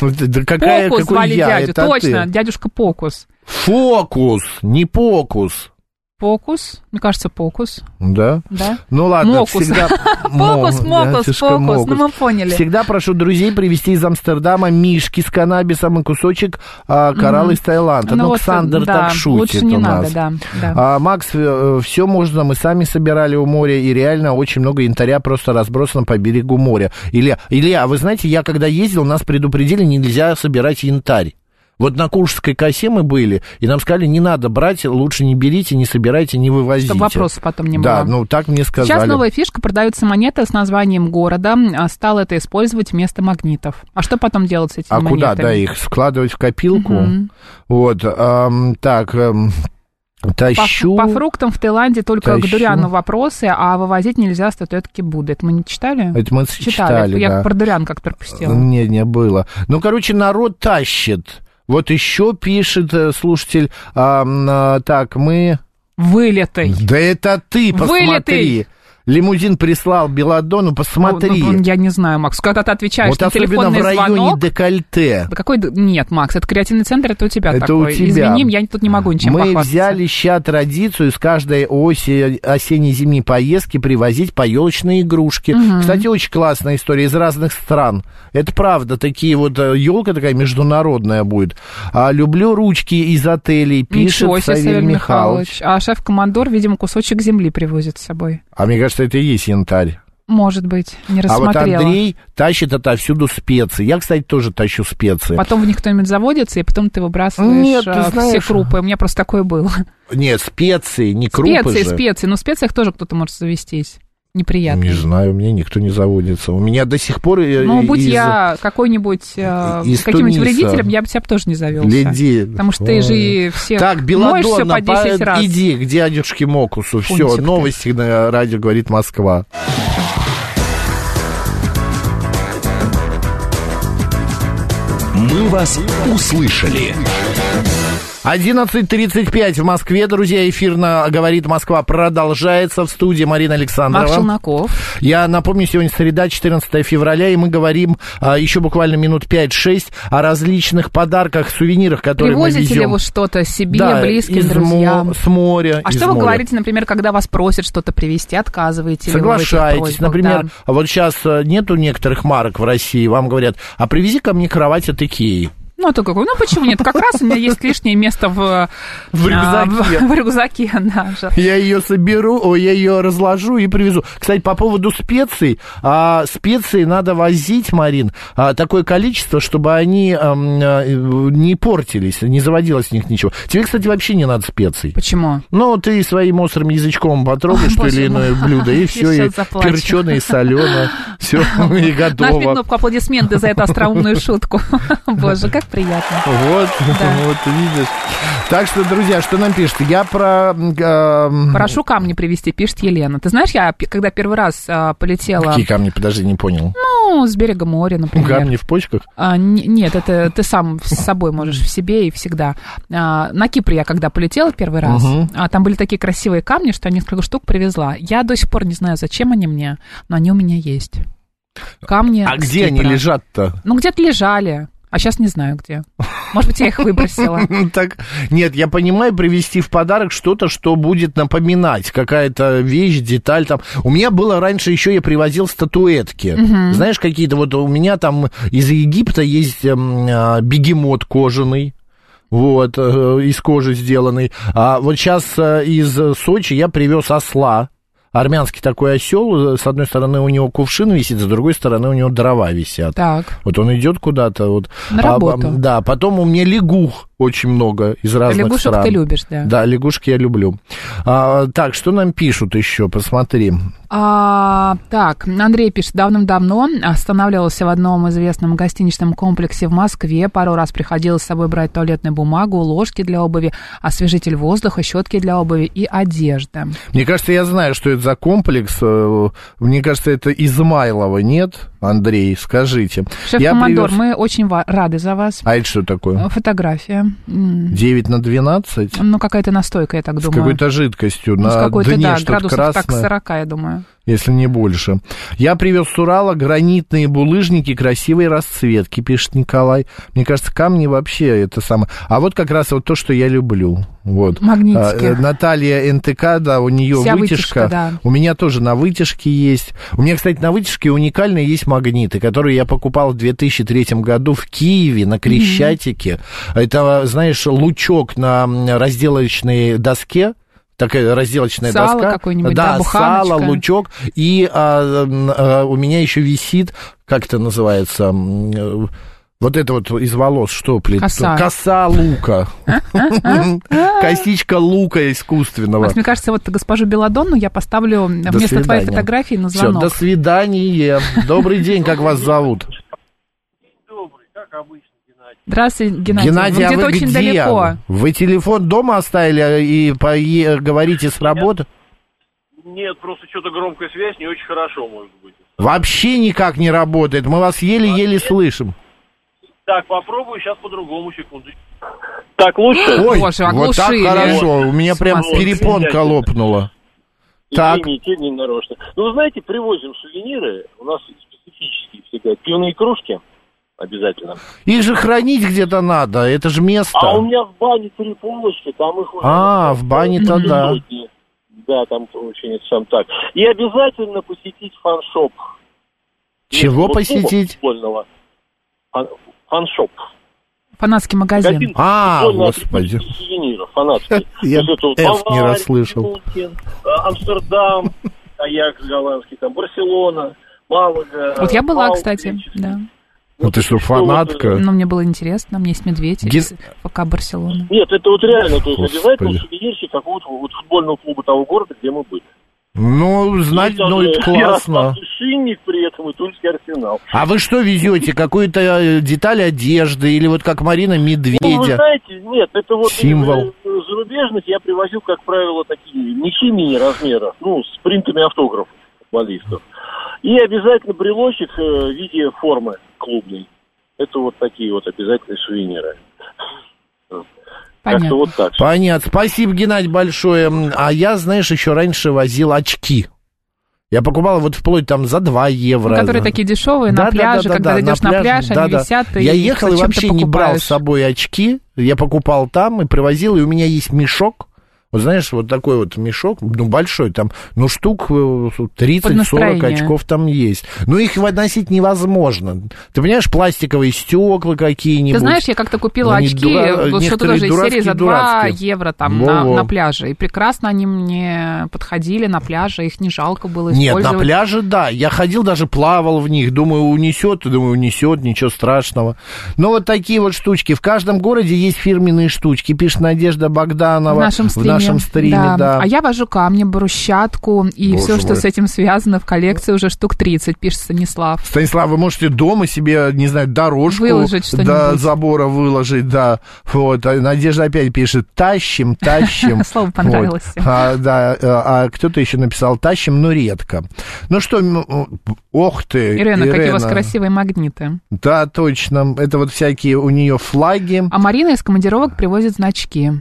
Speaker 3: Да какая,
Speaker 1: Покус
Speaker 3: какой
Speaker 1: звали
Speaker 3: я,
Speaker 1: дядю,
Speaker 3: это
Speaker 1: точно,
Speaker 3: ты.
Speaker 1: дядюшка Покус.
Speaker 3: Фокус, не покус.
Speaker 1: Покус, мне кажется, Покус,
Speaker 3: Да?
Speaker 1: да?
Speaker 3: Ну ладно,
Speaker 1: Мокус. (laughs)
Speaker 3: всегда...
Speaker 1: Фокус,
Speaker 3: Мо- да,
Speaker 1: мокус,
Speaker 3: фишка
Speaker 1: фокус,
Speaker 3: мокус.
Speaker 1: ну мы поняли.
Speaker 3: Всегда прошу друзей привезти из Амстердама мишки с каннабисом и кусочек а, коралла из Таиланда. Ну,
Speaker 1: вот,
Speaker 3: Александр
Speaker 1: да,
Speaker 3: так шутит
Speaker 1: Лучше не
Speaker 3: у
Speaker 1: надо,
Speaker 3: нас.
Speaker 1: да. да.
Speaker 3: А, Макс, все можно, мы сами собирали у моря, и реально очень много янтаря просто разбросано по берегу моря. Илья, Илья, а вы знаете, я когда ездил, нас предупредили, нельзя собирать янтарь. Вот на Куршской косе мы были, и нам сказали, не надо брать, лучше не берите, не собирайте, не вывозите.
Speaker 1: Чтобы вопросов потом не
Speaker 3: Да,
Speaker 1: было.
Speaker 3: ну так мне сказали.
Speaker 1: Сейчас новая фишка, продаются монеты с названием города, а стал это использовать вместо магнитов. А что потом делать с этими
Speaker 3: А
Speaker 1: монетами?
Speaker 3: куда, да, их складывать в копилку? Вот, ам, так, ам,
Speaker 1: По,
Speaker 3: тащу...
Speaker 1: по фруктам в Таиланде только к
Speaker 3: Тащу.
Speaker 1: Дуряну вопросы, а вывозить нельзя статуэтки Будды. Это мы не читали?
Speaker 3: Это мы читали,
Speaker 1: Я
Speaker 3: да.
Speaker 1: про Дурян как-то пропустила.
Speaker 3: Не, не было. Ну, короче, народ тащит. Вот еще пишет э, слушатель, ам, а, так, мы...
Speaker 1: Вылитый.
Speaker 3: Да это ты, посмотри.
Speaker 1: Вылитый.
Speaker 3: Лимузин прислал Беладону, посмотри.
Speaker 1: Ну, ну, я не знаю, Макс, когда ты отвечаешь
Speaker 3: вот
Speaker 1: на
Speaker 3: особенно
Speaker 1: телефонный
Speaker 3: в районе
Speaker 1: звонок...
Speaker 3: декольте.
Speaker 1: Да какой... д- Нет, Макс, это креативный центр, это у тебя
Speaker 3: Это
Speaker 1: такой.
Speaker 3: у тебя.
Speaker 1: Извини, я тут не могу ничем
Speaker 3: Мы
Speaker 1: похвастаться.
Speaker 3: взяли ща традицию с каждой оси осенне-зимней поездки привозить поелочные игрушки. Кстати, очень классная история из разных стран. Это правда, такие вот э, елка такая международная будет. А, люблю ручки из отелей, пишет
Speaker 1: Ничего себе,
Speaker 3: Савелий
Speaker 1: Савелий
Speaker 3: Михайлович.
Speaker 1: Михайлович. А шеф-командор, видимо, кусочек земли привозит с собой.
Speaker 3: А мне кажется, это и есть янтарь.
Speaker 1: Может быть, не
Speaker 3: А вот
Speaker 1: рассмотрела.
Speaker 3: Андрей тащит отовсюду специи. Я, кстати, тоже тащу специи.
Speaker 1: Потом в них кто-нибудь заводится, и потом ты выбрасываешь
Speaker 3: Нет, ты
Speaker 1: а, все
Speaker 3: знаешь.
Speaker 1: крупы. У меня просто такое было.
Speaker 3: Нет, специи, не крупы
Speaker 1: специи,
Speaker 3: же.
Speaker 1: специи. Но в специях тоже кто-то может завестись. Неприятно.
Speaker 3: Не знаю, мне никто не заводится. У меня до сих пор... э,
Speaker 1: Ну, будь
Speaker 3: из-
Speaker 1: я какой-нибудь, э,
Speaker 3: из
Speaker 1: каким-нибудь
Speaker 3: Туниса.
Speaker 1: вредителем, я бы тебя бы тоже не завелся.
Speaker 3: Леди.
Speaker 1: Потому что ты же и все
Speaker 3: Так,
Speaker 1: моешься
Speaker 3: Беладонна,
Speaker 1: по 10
Speaker 3: по-
Speaker 1: раз.
Speaker 3: иди к дядюшке Мокусу. Все,
Speaker 1: Фунтик ты.
Speaker 3: новости на радио говорит Москва.
Speaker 2: «Мы вас услышали».
Speaker 3: 11.35 в Москве, друзья, эфир на «Говорит Москва» продолжается в студии Марина Александрова.
Speaker 1: Марк Челноков.
Speaker 3: Я напомню, сегодня среда, 14 февраля, и мы говорим а, еще буквально минут 5-6 о различных подарках, сувенирах, которые мы
Speaker 1: Привозите
Speaker 3: везем.
Speaker 1: ли вы что-то себе,
Speaker 3: Да,
Speaker 1: близким,
Speaker 3: из мо-
Speaker 1: друзьям?
Speaker 3: с моря.
Speaker 1: А
Speaker 3: из
Speaker 1: что вы
Speaker 3: моря.
Speaker 1: говорите, например, когда вас просят что-то привезти, отказываете? ли вы в этих
Speaker 3: Соглашаетесь.
Speaker 1: просьбах?
Speaker 3: Например,
Speaker 1: Да.
Speaker 3: вот сейчас нету некоторых марок в России, вам говорят, а привези ко мне кровать от Икеи.
Speaker 1: Ну, ты какой, ну почему нет? Как раз у меня есть лишнее место в...
Speaker 3: В рюкзаке.
Speaker 1: а, в- в рюкзаке, да. же.
Speaker 3: Я ее соберу, ой, я ее разложу и привезу. Кстати, по поводу специй. а, специи надо возить, Марин, а, такое количество, чтобы они ам, а, не портились, не заводилось в них ничего. Тебе, кстати, вообще не надо специй.
Speaker 1: Почему?
Speaker 3: Ну, ты своим острым язычком потрогаешь
Speaker 1: О,
Speaker 3: то
Speaker 1: боже
Speaker 3: или иное
Speaker 1: мой. (laughs)
Speaker 3: блюдо, и
Speaker 1: Я
Speaker 3: все, и
Speaker 1: сейчас заплачу.
Speaker 3: перченое, и соленое,
Speaker 1: (laughs)
Speaker 3: все, и
Speaker 1: Наш
Speaker 3: готово.
Speaker 1: Минуп, аплодисменты за эту
Speaker 3: (laughs)
Speaker 1: остроумную шутку. Боже, как приятно.
Speaker 3: Вот, (laughs)
Speaker 1: Да.
Speaker 3: вот, видишь. Так что, друзья, что нам пишет? Я про... эм,
Speaker 1: Прошу камни привезти, пишет Елена. Ты знаешь, я пе- когда первый раз а, полетела,
Speaker 3: Какие камни? Подожди, не понял.
Speaker 1: ну, с берега моря, например.
Speaker 3: Камни в почках?
Speaker 1: А, не- нет, это ты сам с собой можешь в себе и всегда. А, на Кипр я когда полетела первый раз,
Speaker 3: Мгм.
Speaker 1: а, там были такие красивые камни, что я несколько штук привезла. Я до сих пор не знаю, зачем они мне, но они у меня есть. Камни.
Speaker 3: А
Speaker 1: с
Speaker 3: где они
Speaker 1: Кипра.
Speaker 3: лежат-то?
Speaker 1: Ну, где-то лежали. А сейчас не знаю где. Может быть, я их
Speaker 3: (laughs)
Speaker 1: выбросила.
Speaker 3: Ну, Так, нет, я понимаю, привезти в подарок что-то, что будет напоминать, какая-то вещь, деталь там. У меня было раньше еще, я привозил статуэтки. Знаешь, какие-то вот у меня там из Египта есть эм, а, бегемот кожаный. Вот, э, из кожи сделанный. А вот сейчас из Сочи я привез осла. Армянский такой осел. С одной стороны у него кувшин висит, с другой стороны у него дрова висят.
Speaker 1: Так.
Speaker 3: Вот он идет куда-то. Вот.
Speaker 1: На
Speaker 3: А,
Speaker 1: работу.
Speaker 3: а, да, потом у меня лягух очень много из разных
Speaker 1: Лягушек
Speaker 3: стран.
Speaker 1: ты любишь, да.
Speaker 3: Да, лягушки я люблю. А, так, что нам пишут еще? Посмотри.
Speaker 1: А, так, Андрей пишет, давным-давно останавливался в одном известном гостиничном комплексе в Москве. Пару раз приходилось с собой брать туалетную бумагу, ложки для обуви, освежитель воздуха, щетки для обуви и одежда.
Speaker 3: Мне кажется, я знаю, что это за комплекс. Э, Мне кажется, это Измайлова, нет? Андрей, скажите. Я
Speaker 1: Шеф-командор,
Speaker 3: привез-
Speaker 1: мы очень ва- рады за вас.
Speaker 3: А это что такое?
Speaker 1: Фотография. М,
Speaker 3: 9 на 12?
Speaker 1: Ну, какая-то настойка, я так
Speaker 3: С
Speaker 1: думаю.
Speaker 3: какой-то жидкостью
Speaker 1: Ну, с
Speaker 3: на
Speaker 1: какой-то,
Speaker 3: дне
Speaker 1: да,
Speaker 3: что-то
Speaker 1: градусов так
Speaker 3: красное.
Speaker 1: 40, я думаю.
Speaker 3: если не больше. Я привез с Урала гранитные булыжники красивой расцветки, пишет Николай. Мне кажется, камни вообще это самое. А вот как раз вот то, что я люблю. Вот.
Speaker 1: Магнитики.
Speaker 3: А, э, Наталья НТК, да, у нее
Speaker 1: Вся
Speaker 3: вытяжка.
Speaker 1: вытяжка, да.
Speaker 3: У меня тоже на вытяжке есть. У меня, кстати, на вытяжке уникально есть магниты, которые я покупал в 2003 году в Киеве на Крещатике. Это, знаешь, лучок на м, разделочной доске. Такая разделочная
Speaker 1: Сало
Speaker 3: доска.
Speaker 1: какое-нибудь, да,
Speaker 3: сало,
Speaker 1: буханочка.
Speaker 3: лучок. И а, м, а, у меня еще висит, как это называется, м, э, вот это вот из волос, что плетут?
Speaker 1: Коса. А?
Speaker 3: Коса лука. Косичка лука искусственного.
Speaker 1: Макс, мне кажется, вот госпожу Беладонну я поставлю
Speaker 3: До
Speaker 1: вместо твоей
Speaker 3: свидания.
Speaker 1: фотографии на
Speaker 3: Всё,
Speaker 1: звонок.
Speaker 3: до свидания. Добрый день, как вас зовут?
Speaker 1: Здравствуйте, Геннадий.
Speaker 3: Геннадий,
Speaker 1: Вы
Speaker 3: а
Speaker 1: где-то
Speaker 3: вы
Speaker 1: очень
Speaker 3: где?
Speaker 1: далеко.
Speaker 3: Вы телефон дома оставили а, и пое- говорите с работы?
Speaker 4: Нет, просто что-то громкая связь не очень хорошо, может быть.
Speaker 3: Вообще никак не работает. Мы вас еле-еле слышим.
Speaker 4: Так, попробую сейчас по-другому, секундочку. Ну, Так лучше?
Speaker 3: Ой,
Speaker 1: Боже,
Speaker 3: вот так
Speaker 1: оглушили.
Speaker 3: хорошо. У меня
Speaker 1: С
Speaker 3: прям
Speaker 1: ума сойти.
Speaker 3: перепонка лопнула. Так.
Speaker 4: Извините, не нарочно. Ну, вы знаете, привозим сувениры, у нас специфические всегда, пивные кружки обязательно.
Speaker 3: Их же хранить где-то надо, это же место.
Speaker 4: А у меня в бане три полочки, там их уже...
Speaker 3: А, в бане-то
Speaker 4: Сотни.
Speaker 3: да.
Speaker 4: Да, там очень это сам так. И обязательно посетить фаншоп.
Speaker 3: Чего
Speaker 4: Нет, вот клуба
Speaker 3: посетить?
Speaker 4: Футбольного. Фан- Фаншоп.
Speaker 1: Фанатский магазин.
Speaker 4: Копинки
Speaker 3: А,
Speaker 4: футбольные
Speaker 3: господи.
Speaker 4: атрибутики сувениров,
Speaker 3: Я
Speaker 4: фанатские. То есть это вот
Speaker 3: F не
Speaker 4: Бавария,
Speaker 3: расслышал.
Speaker 4: Мюнхен,
Speaker 3: (laughs)
Speaker 4: а, Амстердам, Аякс голландский, там Барселона, Малага.
Speaker 1: Вот я была,
Speaker 4: Малта,
Speaker 1: кстати,
Speaker 4: Греческий.
Speaker 1: да.
Speaker 3: Ну ты что, фанатка?
Speaker 4: э,
Speaker 1: Но мне было интересно, мне есть медведь
Speaker 3: Ген-
Speaker 1: из ФК Барселона.
Speaker 4: Нет, это вот реально, то есть
Speaker 3: Господи.
Speaker 4: обязательно сувенирчик какого-то вот футбольного клуба того города, где мы были.
Speaker 3: Ну, знать,
Speaker 4: И там,
Speaker 3: ну,
Speaker 4: э,
Speaker 3: это классно.
Speaker 4: Ярославский Шинник при этом и Тульский арсенал.
Speaker 3: А вы что везете? Какую-то э, деталь одежды или вот как Марина
Speaker 4: Ну, вы
Speaker 3: Медведя?
Speaker 4: знаете, нет, это вот
Speaker 3: Символ.
Speaker 4: из, э, зарубежных я привозил, как правило, такие ничьи мини-размеров, ну, с принтами автографов футболистов. И обязательно брелочек э, в виде формы клубной. Это вот такие вот обязательные сувениры.
Speaker 1: Понятно.
Speaker 4: Как-то вот так.
Speaker 3: Понятно. Спасибо, Геннадий, большое. М, А я, знаешь, еще раньше возил очки. Я покупал вот вплоть там за 2 евро.
Speaker 1: Ну, которые
Speaker 3: за-
Speaker 1: такие дешевые, на пляже, когда ты идешь на пляж, они
Speaker 3: да-да.
Speaker 1: висят, и
Speaker 3: Я ехал и
Speaker 1: зачем ты
Speaker 3: вообще не брал
Speaker 1: покупаешь?
Speaker 3: с собой очки. Я покупал там и привозил, и у меня есть мешок. Вот знаешь, вот такой вот мешок, ну, большой, там, ну, штук э,
Speaker 1: Под
Speaker 3: 30-40
Speaker 1: настроение.
Speaker 3: очков там есть. Но их относить невозможно. Ты понимаешь, пластиковые стекла какие-нибудь.
Speaker 1: Ты знаешь, я как-то купила
Speaker 3: Ну, не
Speaker 1: очки,
Speaker 3: дура-
Speaker 1: вот что-то
Speaker 3: некоторые
Speaker 1: даже из серии
Speaker 3: дурацкие,
Speaker 1: за 2
Speaker 3: дурацкие.
Speaker 1: евро там на,
Speaker 3: Во-во.
Speaker 1: на пляже. И прекрасно они мне подходили на пляже, их не жалко было
Speaker 3: Нет,
Speaker 1: использовать.
Speaker 3: на пляже, да. Я ходил, даже плавал в них. Думаю, унесет, думаю, унесет, ничего страшного. Но вот такие вот штучки. В каждом городе есть фирменные штучки. Пишет Надежда Богданова.
Speaker 1: В нашем стриме.
Speaker 3: нашем стриме, да.
Speaker 1: А я вожу камни, брусчатку и
Speaker 3: Боже
Speaker 1: все, что
Speaker 3: мой.
Speaker 1: с этим связано в коллекции уже штук 30, пишет Станислав.
Speaker 3: Станислав, вы можете дома себе, не знаю, дорожку
Speaker 1: Выложить
Speaker 3: до
Speaker 1: что-нибудь.
Speaker 3: забора выложить, да. Вот. А Надежда опять пишет, тащим,
Speaker 1: (laughs)
Speaker 3: тащим.
Speaker 1: Слово понравилось
Speaker 3: Вот.
Speaker 1: всем.
Speaker 3: А, да, э, а кто-то еще написал, тащим, но редко. Ну что, м, м, ох ты,
Speaker 1: Ирена, какие у вас
Speaker 3: Э, Ирена.
Speaker 1: красивые магниты.
Speaker 3: Да, точно. Это вот всякие у нее флаги.
Speaker 1: А Марина из командировок привозит значки.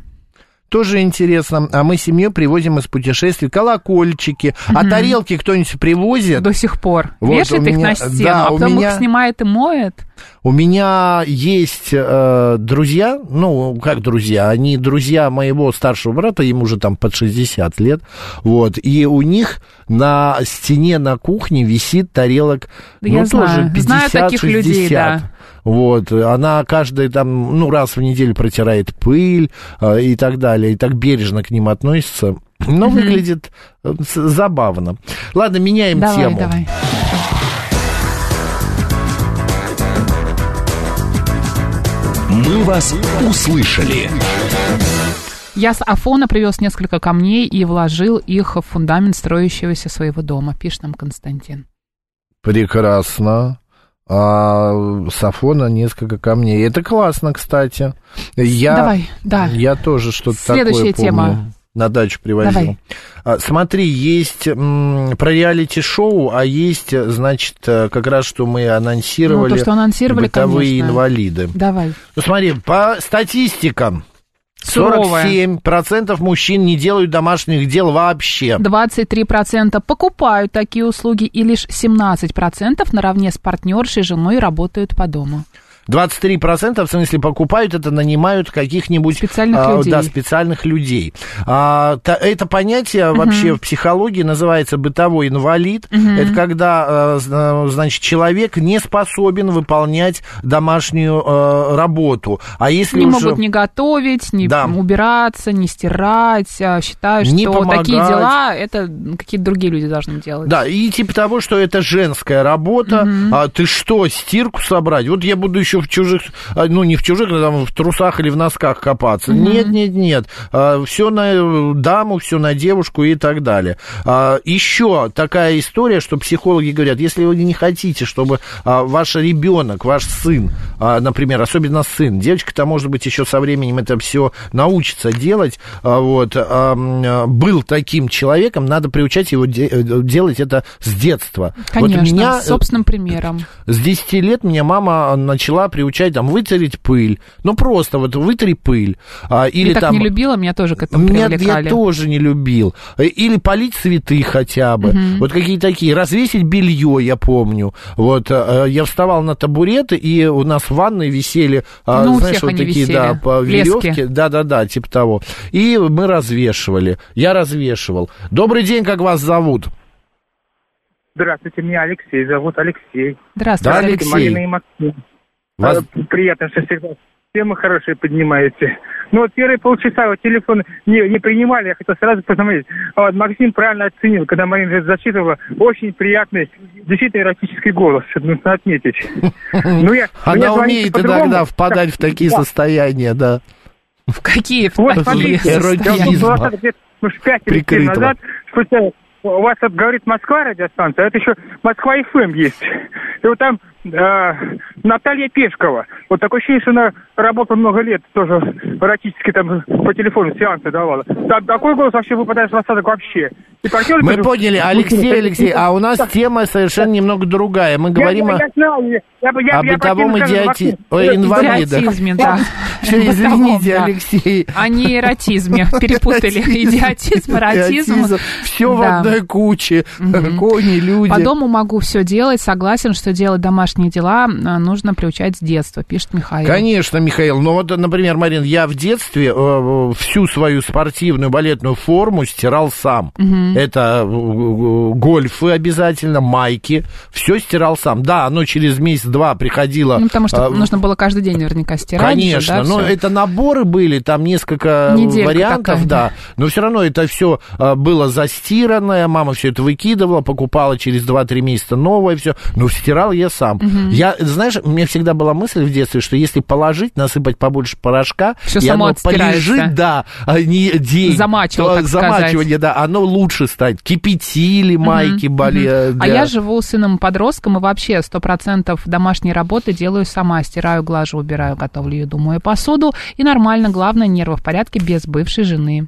Speaker 3: Тоже интересно. А мы семью привозим из путешествий колокольчики. А тарелки кто-нибудь привозит?
Speaker 1: До сих пор.
Speaker 3: Вот
Speaker 1: Вешает
Speaker 3: у
Speaker 1: их
Speaker 3: меня-
Speaker 1: на стену,
Speaker 3: да,
Speaker 1: а
Speaker 3: у
Speaker 1: потом
Speaker 3: меня-
Speaker 1: их снимает и моет.
Speaker 3: У меня есть э, друзья, ну, как друзья, они друзья моего старшего брата, ему уже там под 60 лет, вот, и у них на стене на кухне висит тарелок,
Speaker 1: Да
Speaker 3: ну,
Speaker 1: я
Speaker 3: тоже
Speaker 1: знаю.
Speaker 3: 50
Speaker 1: Знаю таких людей,
Speaker 3: 60.
Speaker 1: да.
Speaker 3: Вот, она каждый там, ну, раз в неделю протирает пыль э, и так далее, и так бережно к ним относится, но выглядит э, с- забавно. Ладно, меняем
Speaker 1: Давай,
Speaker 3: тему.
Speaker 1: давай.
Speaker 2: «Мы вас услышали».
Speaker 1: Я с Афона привез несколько камней и вложил их в фундамент строящегося своего дома, пишет нам Константин.
Speaker 3: Прекрасно. А Сафона несколько камней. Это классно, кстати. Я,
Speaker 1: Давай, да.
Speaker 3: я тоже что-то
Speaker 1: Следующая
Speaker 3: такое
Speaker 1: тема.
Speaker 3: помню. На дачу привозил.
Speaker 1: Давай.
Speaker 3: А, смотри, есть м, про реалити-шоу, а есть, значит, э, как раз что мы анонсировали.
Speaker 1: Ну, то, что анонсировали,
Speaker 3: бытовые
Speaker 1: конечно.
Speaker 3: инвалиды.
Speaker 1: Давай.
Speaker 3: Ну, смотри, по статистикам.
Speaker 1: Суровая.
Speaker 3: 47% мужчин не делают домашних дел вообще.
Speaker 1: 23% покупают такие услуги, и лишь 17% наравне с партнершей, женой работают по дому.
Speaker 3: 23% в смысле покупают это, нанимают каких-нибудь...
Speaker 1: Специальных
Speaker 3: а,
Speaker 1: людей.
Speaker 3: Да, специальных людей. А, та- это понятие вообще в психологии называется бытовой инвалид. Это когда, а, зна- значит, человек не способен выполнять домашнюю а, работу. А если
Speaker 1: не
Speaker 3: уже...
Speaker 1: могут не готовить, не
Speaker 3: Да.
Speaker 1: убираться, не стирать. а Считаю, что
Speaker 3: Не помогать.
Speaker 1: такие дела это какие-то другие люди должны делать.
Speaker 3: Да, и типа того, что это женская работа. А ты что, стирку собрать? Вот я буду еще в чужих, а, ну не в чужих, а там в трусах или в носках копаться. Нет, нет, нет. все на э, даму, все на девушку и так далее. еще такая история, что психологи говорят, если вы не хотите, чтобы а, ваш ребенок, ваш сын, а, например, особенно сын, девочка-то может быть еще со временем это все научится делать, а, вот, а, м, а, был таким человеком, надо приучать его де- э, делать это с детства.
Speaker 1: Конечно,
Speaker 3: вот меня,
Speaker 1: с собственным примером.
Speaker 3: э, с 10 лет меня мама начала приучать там вытереть пыль, ну просто вот вытри пыль, а, или
Speaker 1: я так
Speaker 3: там
Speaker 1: не любила, меня тоже к этому
Speaker 3: меня
Speaker 1: привлекали.
Speaker 3: я тоже не любил. Э, Или полить цветы хотя бы. Вот какие такие. Развесить белье, я помню. Вот э, я вставал на табурет, и у нас в ванной висели, э,
Speaker 1: Ну, у
Speaker 3: знаешь,
Speaker 1: всех
Speaker 3: вот
Speaker 1: они
Speaker 3: такие, да,
Speaker 1: висели.
Speaker 3: по
Speaker 1: Лески.
Speaker 3: веревке. Да-да-да, типа того. И мы развешивали. Я развешивал. Добрый день, как вас зовут?
Speaker 5: Здравствуйте, меня Алексей зовут Алексей.
Speaker 1: Здравствуйте,
Speaker 3: Да,
Speaker 1: Алексей.
Speaker 3: Алексей.
Speaker 5: Марина и Максим.
Speaker 3: Вас-
Speaker 5: Э, Приятно, что всегда темы хорошие поднимаете. Ну вот первые полчаса вот телефон не, не принимали, я хотел сразу посмотреть. А вот Максим правильно оценил, когда Марина это зачитывала, очень приятный, действительно эротический голос, это нужно
Speaker 3: (laughs)
Speaker 5: отметить. Ну, я- мне звонить-то
Speaker 3: Она умеет
Speaker 5: по-другому.
Speaker 3: иногда впадать в такие
Speaker 5: Да.
Speaker 3: состояния, да.
Speaker 1: В какие? в
Speaker 5: Вот,
Speaker 1: такие
Speaker 5: смотрите, Я
Speaker 1: состояния?
Speaker 5: вот
Speaker 3: Эротизма.
Speaker 5: была где-то, ну, в пять или семь
Speaker 3: Прикрытого.
Speaker 5: назад, спустя, у вас вот говорит Москва радиостанция, а это еще Москва ФМ есть. И вот там э, Наталья Пешкова. Вот такое ощущение, что она работала много лет, тоже практически там по телефону сеансы давала. Там такой голос вообще выпадает в осадок вообще. И партнеры
Speaker 3: Мы
Speaker 5: тоже-
Speaker 3: поняли, Алексей, Алексей, а у нас тема совершенно немного другая. Мы а говорим
Speaker 5: я,
Speaker 3: о...
Speaker 5: я, я знаю, я, бы- я,
Speaker 3: О
Speaker 5: бы- я
Speaker 3: бытовом
Speaker 5: противно скажу,
Speaker 3: идиоти-
Speaker 5: во-
Speaker 3: ой, инвалидах.
Speaker 1: Идиотизме,
Speaker 3: (laughs)
Speaker 1: да.
Speaker 3: Всё, извините,
Speaker 1: Бытовом, да.
Speaker 3: Алексей.
Speaker 1: О неэротизме
Speaker 3: (laughs)
Speaker 1: перепутали. Идиотизм, эротизм.
Speaker 3: Все в
Speaker 1: Да.
Speaker 3: одной куче. Кони, люди.
Speaker 1: По дому могу все делать, согласен, что делать домашние дела э, нужно приучать с детства, пишет Михаил.
Speaker 3: Конечно, Михаил. Но вот, например, Марин, я в детстве э, всю свою спортивную балетную форму стирал сам. Это э, э, гольфы обязательно, майки. Все стирал сам. Да, оно через месяц-два приходило.
Speaker 1: Ну, потому что
Speaker 3: э,
Speaker 1: нужно было каждый день наверняка стирать. же,
Speaker 3: Конечно,
Speaker 1: да,
Speaker 3: но
Speaker 1: всё.
Speaker 3: это наборы были, там несколько э,
Speaker 1: Неделька
Speaker 3: вариантов,
Speaker 1: такая,
Speaker 3: да. Но все равно это все было застиранное, мама все это выкидывала, покупала через 2-3 месяца новое все. Но стирал я сам. Я, знаешь, у меня всегда была мысль в детстве, что если положить, насыпать побольше порошка,
Speaker 1: Всё
Speaker 3: и
Speaker 1: само
Speaker 3: оно
Speaker 1: отстирается.
Speaker 3: полежит, да, а не день.
Speaker 1: Замачивал,
Speaker 3: то
Speaker 1: так сказать.
Speaker 3: замачивание, да, оно лучше станет. Кипятили майки, боли. э,
Speaker 1: А
Speaker 3: для-
Speaker 1: я живу с сыном-подростком и вообще 100% домашней работы делаю сама. Стираю, глажу, убираю, готовлю еду, мою посуду. И нормально, главное, нервы в порядке без бывшей жены.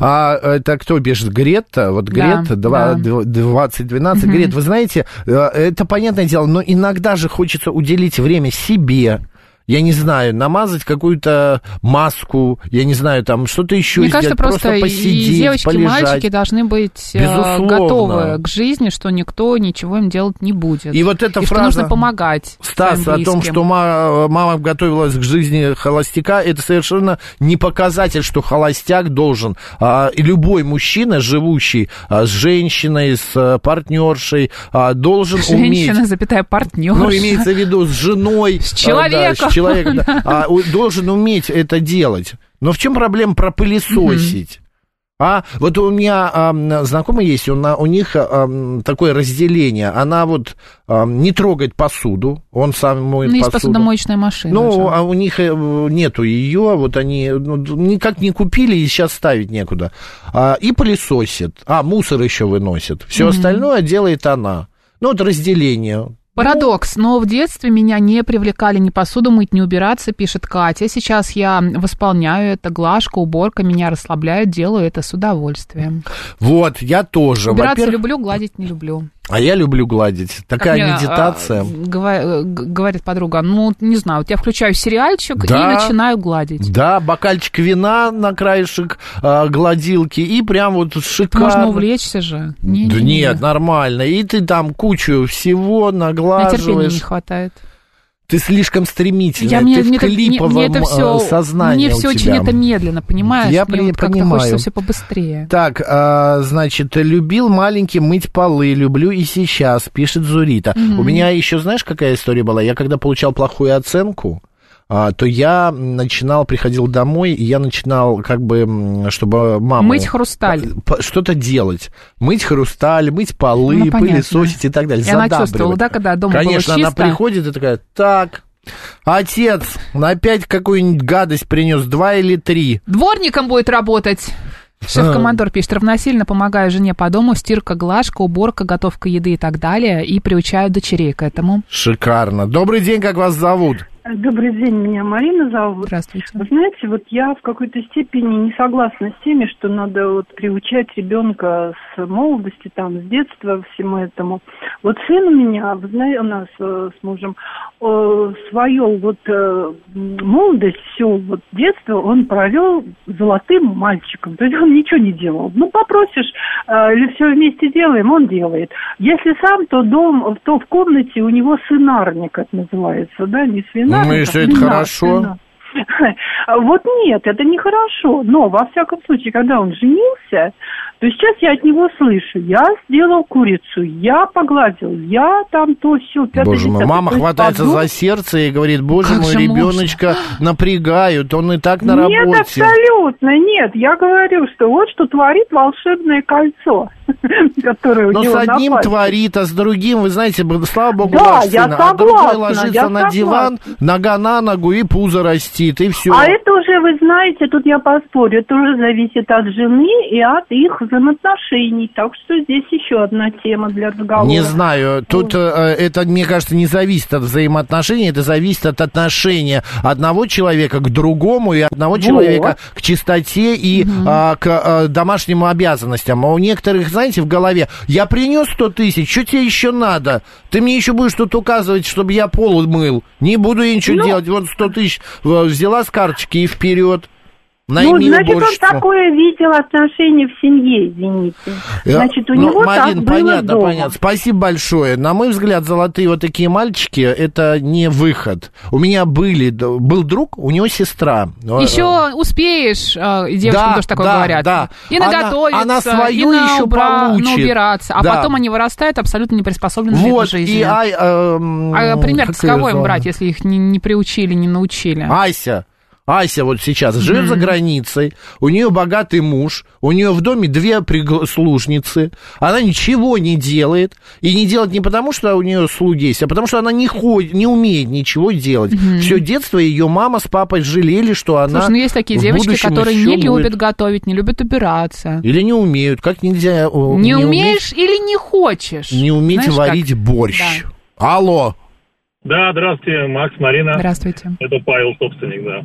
Speaker 3: А это кто пишет? Грета? Вот
Speaker 1: Да,
Speaker 3: Грета, два-
Speaker 1: да.
Speaker 3: дв- 2012. Грет, вы знаете, э, это понятное дело, но иногда же хочется уделить время себе. Я не знаю, намазать какую-то маску, я не знаю, там что-то еще
Speaker 1: Мне
Speaker 3: сделать,
Speaker 1: кажется, просто,
Speaker 3: посидеть,
Speaker 1: и девочки,
Speaker 3: полежать.
Speaker 1: и мальчики должны быть э,
Speaker 3: Безусловно.
Speaker 1: готовы к жизни, что никто ничего им делать не будет.
Speaker 3: И вот эта
Speaker 1: И что
Speaker 3: фраза
Speaker 1: нужно помогать
Speaker 3: Стас,
Speaker 1: своим
Speaker 3: о том,
Speaker 1: близким.
Speaker 3: что ма- э, мама готовилась к жизни холостяка, это совершенно не показатель, что холостяк должен. А, и любой мужчина, живущий а, с женщиной, с а, партнершей, а, должен
Speaker 1: (laughs)
Speaker 3: уметь...
Speaker 1: Женщина, запятая, партнер.
Speaker 3: Ну, имеется в виду с женой.
Speaker 1: С
Speaker 3: а, да,
Speaker 1: человеком.
Speaker 3: с человеком,
Speaker 1: (laughs)
Speaker 3: да. А, у- должен уметь это делать. Но в чем проблема пропылесосить? А вот у меня ам, знакомый есть, у, на- у них ам, такое разделение. Она вот ам, не трогает посуду, он сам моет
Speaker 1: Ну, есть
Speaker 3: посуду.
Speaker 1: посудомоечная машина. же.
Speaker 3: Ну, а у них э, нету ее, вот они ну, д- никак не купили и сейчас ставить некуда. А, и пылесосит, а мусор еще выносит. Все остальное делает она. Ну, вот разделение.
Speaker 1: Парадокс, но в детстве меня не привлекали ни посуду мыть, ни убираться, пишет Катя. Сейчас я восполняю это, глажка, уборка меня расслабляют, делаю это с удовольствием.
Speaker 3: Вот, я тоже.
Speaker 1: Убираться
Speaker 3: Во-первых,
Speaker 1: люблю, гладить не люблю.
Speaker 3: А я люблю гладить. Такая
Speaker 1: Как мне,
Speaker 3: медитация.
Speaker 1: а, гова- э, г- говорит подруга, ну, не знаю, вот я включаю сериальчик
Speaker 3: Да.
Speaker 1: и начинаю гладить.
Speaker 3: Да, бокальчик вина на краешек а, гладилки и прям вот
Speaker 1: Это
Speaker 3: шикарно.
Speaker 1: Можно увлечься же. Не,
Speaker 3: Да
Speaker 1: не, не.
Speaker 3: нет, нормально. И ты там кучу всего
Speaker 1: На терпения не
Speaker 3: наглаживаешь.
Speaker 1: хватает.
Speaker 3: Ты слишком стремительный,
Speaker 1: Я, мне,
Speaker 3: ты в
Speaker 1: мне так- мне-
Speaker 3: клиповом
Speaker 1: мне это
Speaker 3: э,
Speaker 1: все,
Speaker 3: сознании
Speaker 1: Мне
Speaker 3: у
Speaker 1: все очень
Speaker 3: тебя.
Speaker 1: это медленно, понимаешь?
Speaker 3: Я
Speaker 1: мне
Speaker 3: при-
Speaker 1: вот как-то
Speaker 3: понимаю.
Speaker 1: хочется все побыстрее.
Speaker 3: Так, а, значит, любил маленьким мыть полы, люблю и сейчас, пишет Зурита. У меня еще, знаешь, какая история была? Я когда получал плохую оценку, а, то я начинал, приходил домой, и я начинал, как бы, м, чтобы маму...
Speaker 1: Мыть хрусталь.
Speaker 3: п- Что-то делать. Мыть хрусталь, мыть полы,
Speaker 1: Ну, понятно.
Speaker 3: пылесосить и так далее.
Speaker 1: И она
Speaker 3: задабривать.
Speaker 1: чувствовала, да, когда дома было
Speaker 3: Конечно, она
Speaker 1: чисто?
Speaker 3: приходит и такая, так, отец, опять какую-нибудь гадость принес, два или три.
Speaker 1: Дворником будет работать.
Speaker 3: А. (laughs)
Speaker 1: Шеф-командор пишет, равносильно помогаю жене по дому, стирка, глажка, уборка, готовка еды и так далее, и приучаю дочерей к этому.
Speaker 3: Шикарно. Добрый день, как вас зовут?
Speaker 6: Добрый день, меня Марина зовут.
Speaker 1: Здравствуйте.
Speaker 6: Вы знаете, вот я в какой-то степени не согласна с теми, что надо вот приучать ребенка с молодости, там, с детства всему этому. Вот сын у меня, вы знаете, у нас э, с мужем, э, свою вот э, м, молодость, все вот детство он провел золотым мальчиком. То есть он ничего не делал. Ну, попросишь, э, или все вместе делаем, он делает. Если сам, то дом, то в комнате у него сынарник, это называется, да, не свинарник.
Speaker 3: Ну и
Speaker 6: а
Speaker 3: что, это
Speaker 6: свинар-
Speaker 3: хорошо?
Speaker 6: (laughs) свинар. Вот нет, это нехорошо. Но, во всяком случае, когда он женился, то сейчас я от него слышу. Я сделал курицу, я погладил, я там то все.
Speaker 3: Боже мой, мама хватается за сердце и говорит, боже
Speaker 1: Как
Speaker 3: мой,
Speaker 1: же можно?
Speaker 3: ребеночка напрягают, он и так на
Speaker 6: Нет,
Speaker 3: работе.
Speaker 6: абсолютно нет. Я говорю, что вот что творит волшебное кольцо, (laughs) которое у
Speaker 3: Но
Speaker 6: него
Speaker 3: с
Speaker 6: на
Speaker 3: одним
Speaker 6: пальце.
Speaker 3: творит, а с другим, вы знаете, б- слава богу,
Speaker 6: Да,
Speaker 3: ваш
Speaker 6: я
Speaker 3: сын, а другой
Speaker 6: согласна,
Speaker 3: ложится
Speaker 6: я
Speaker 3: на диван, нога на ногу и пузо расти. кредит, и все.
Speaker 6: А это уже, вы знаете, тут я поспорю, это уже зависит от жены и от их взаимоотношений. Так что здесь еще одна тема для разговора.
Speaker 3: Не знаю, тут
Speaker 6: Ну.
Speaker 3: э, это, мне кажется, не зависит от взаимоотношений, это зависит от отношения одного человека к другому и одного человека к чистоте и а, к а, домашним обязанностям. А у некоторых, знаете, в голове, я принес 100 тысяч, что тебе еще надо? Ты мне еще будешь тут указывать, чтобы я пол мыл. Не буду я ничего
Speaker 6: Ну.
Speaker 3: делать. Вот 100 тысяч э, взяла с карточки и вперед.
Speaker 6: ну,
Speaker 3: Найми
Speaker 6: значит,
Speaker 3: уборщицу.
Speaker 6: он такое видел отношение в семье, извините.
Speaker 3: Э,
Speaker 6: Значит, у
Speaker 3: ну,
Speaker 6: него
Speaker 3: Марин,
Speaker 6: так было
Speaker 3: понятно,
Speaker 6: дома.
Speaker 3: понятно. Спасибо большое. На мой взгляд, золотые вот такие мальчики это не выход. У меня были д- был друг, у него сестра.
Speaker 1: Еще успеешь, э, и девочкам
Speaker 3: А, Да,
Speaker 1: тоже такое
Speaker 3: да,
Speaker 1: говорят.
Speaker 3: да.
Speaker 1: И
Speaker 3: Она-
Speaker 1: наготовиться,
Speaker 3: она свою
Speaker 1: и на
Speaker 3: еще
Speaker 1: убра-
Speaker 3: получит.
Speaker 1: наубираться. А
Speaker 3: Да.
Speaker 1: потом они вырастают абсолютно не приспособленными
Speaker 3: Вот,
Speaker 1: к жизни.
Speaker 3: и ай, эм,
Speaker 1: а пример
Speaker 3: как
Speaker 1: с кого
Speaker 3: ее
Speaker 1: им
Speaker 3: звали?
Speaker 1: брать, если их не, не приучили, не научили?
Speaker 3: Ася. Ася вот сейчас живет за границей, у нее богатый муж, у нее в доме две прислужницы, она ничего не делает, и не делает не потому, что у нее слуги есть, а потому, что она не, ходит, не умеет ничего делать. Все детство ее мама с папой жалели, что она
Speaker 1: Слушай, ну есть такие
Speaker 3: в
Speaker 1: девочки,
Speaker 3: будущем
Speaker 1: которые
Speaker 3: ещё
Speaker 1: не
Speaker 3: будет-
Speaker 1: любят готовить, не любят убираться.
Speaker 3: Или не умеют, как нельзя... о,
Speaker 1: Не,
Speaker 3: уметь-
Speaker 1: умеешь или не хочешь?
Speaker 3: Не уметь
Speaker 1: Знаешь, как?
Speaker 3: варить борщ.
Speaker 1: Да.
Speaker 3: Алло.
Speaker 4: Да, здравствуйте, Макс, Марина.
Speaker 1: Здравствуйте.
Speaker 4: Это Павел, собственник, да.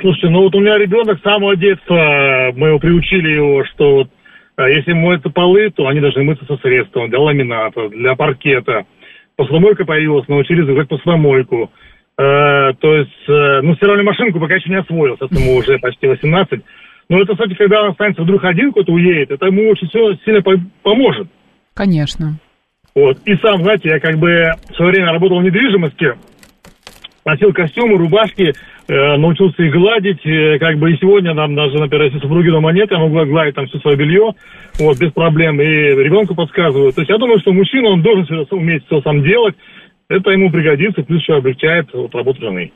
Speaker 4: Слушайте, ну вот у меня ребенок с самого детства, мы его приучили его, что вот, а, если моются полы, то они должны мыться со средством для ламината, для паркета. Посудомойка появилась, научились загружать посудомойку. Э, то есть, э, ну, стиральную машинку пока еще не освоил, сейчас ему уже почти 18. Но это, кстати, когда он останется вдруг один, кто-то уедет, это ему очень всё сильно по- поможет.
Speaker 1: Конечно.
Speaker 4: Вот. И сам, знаете, я как бы в свое время работал в недвижимости, носил костюмы, рубашки, э, научился их гладить, э, как бы и сегодня нам даже, например, если супруги дома нет, я могу гладить там все свое белье, вот, без проблем, и ребенку подсказываю. То есть я думаю, что мужчина, он должен всё уметь все сам делать, это ему пригодится, плюс еще облегчает вот, работу жены.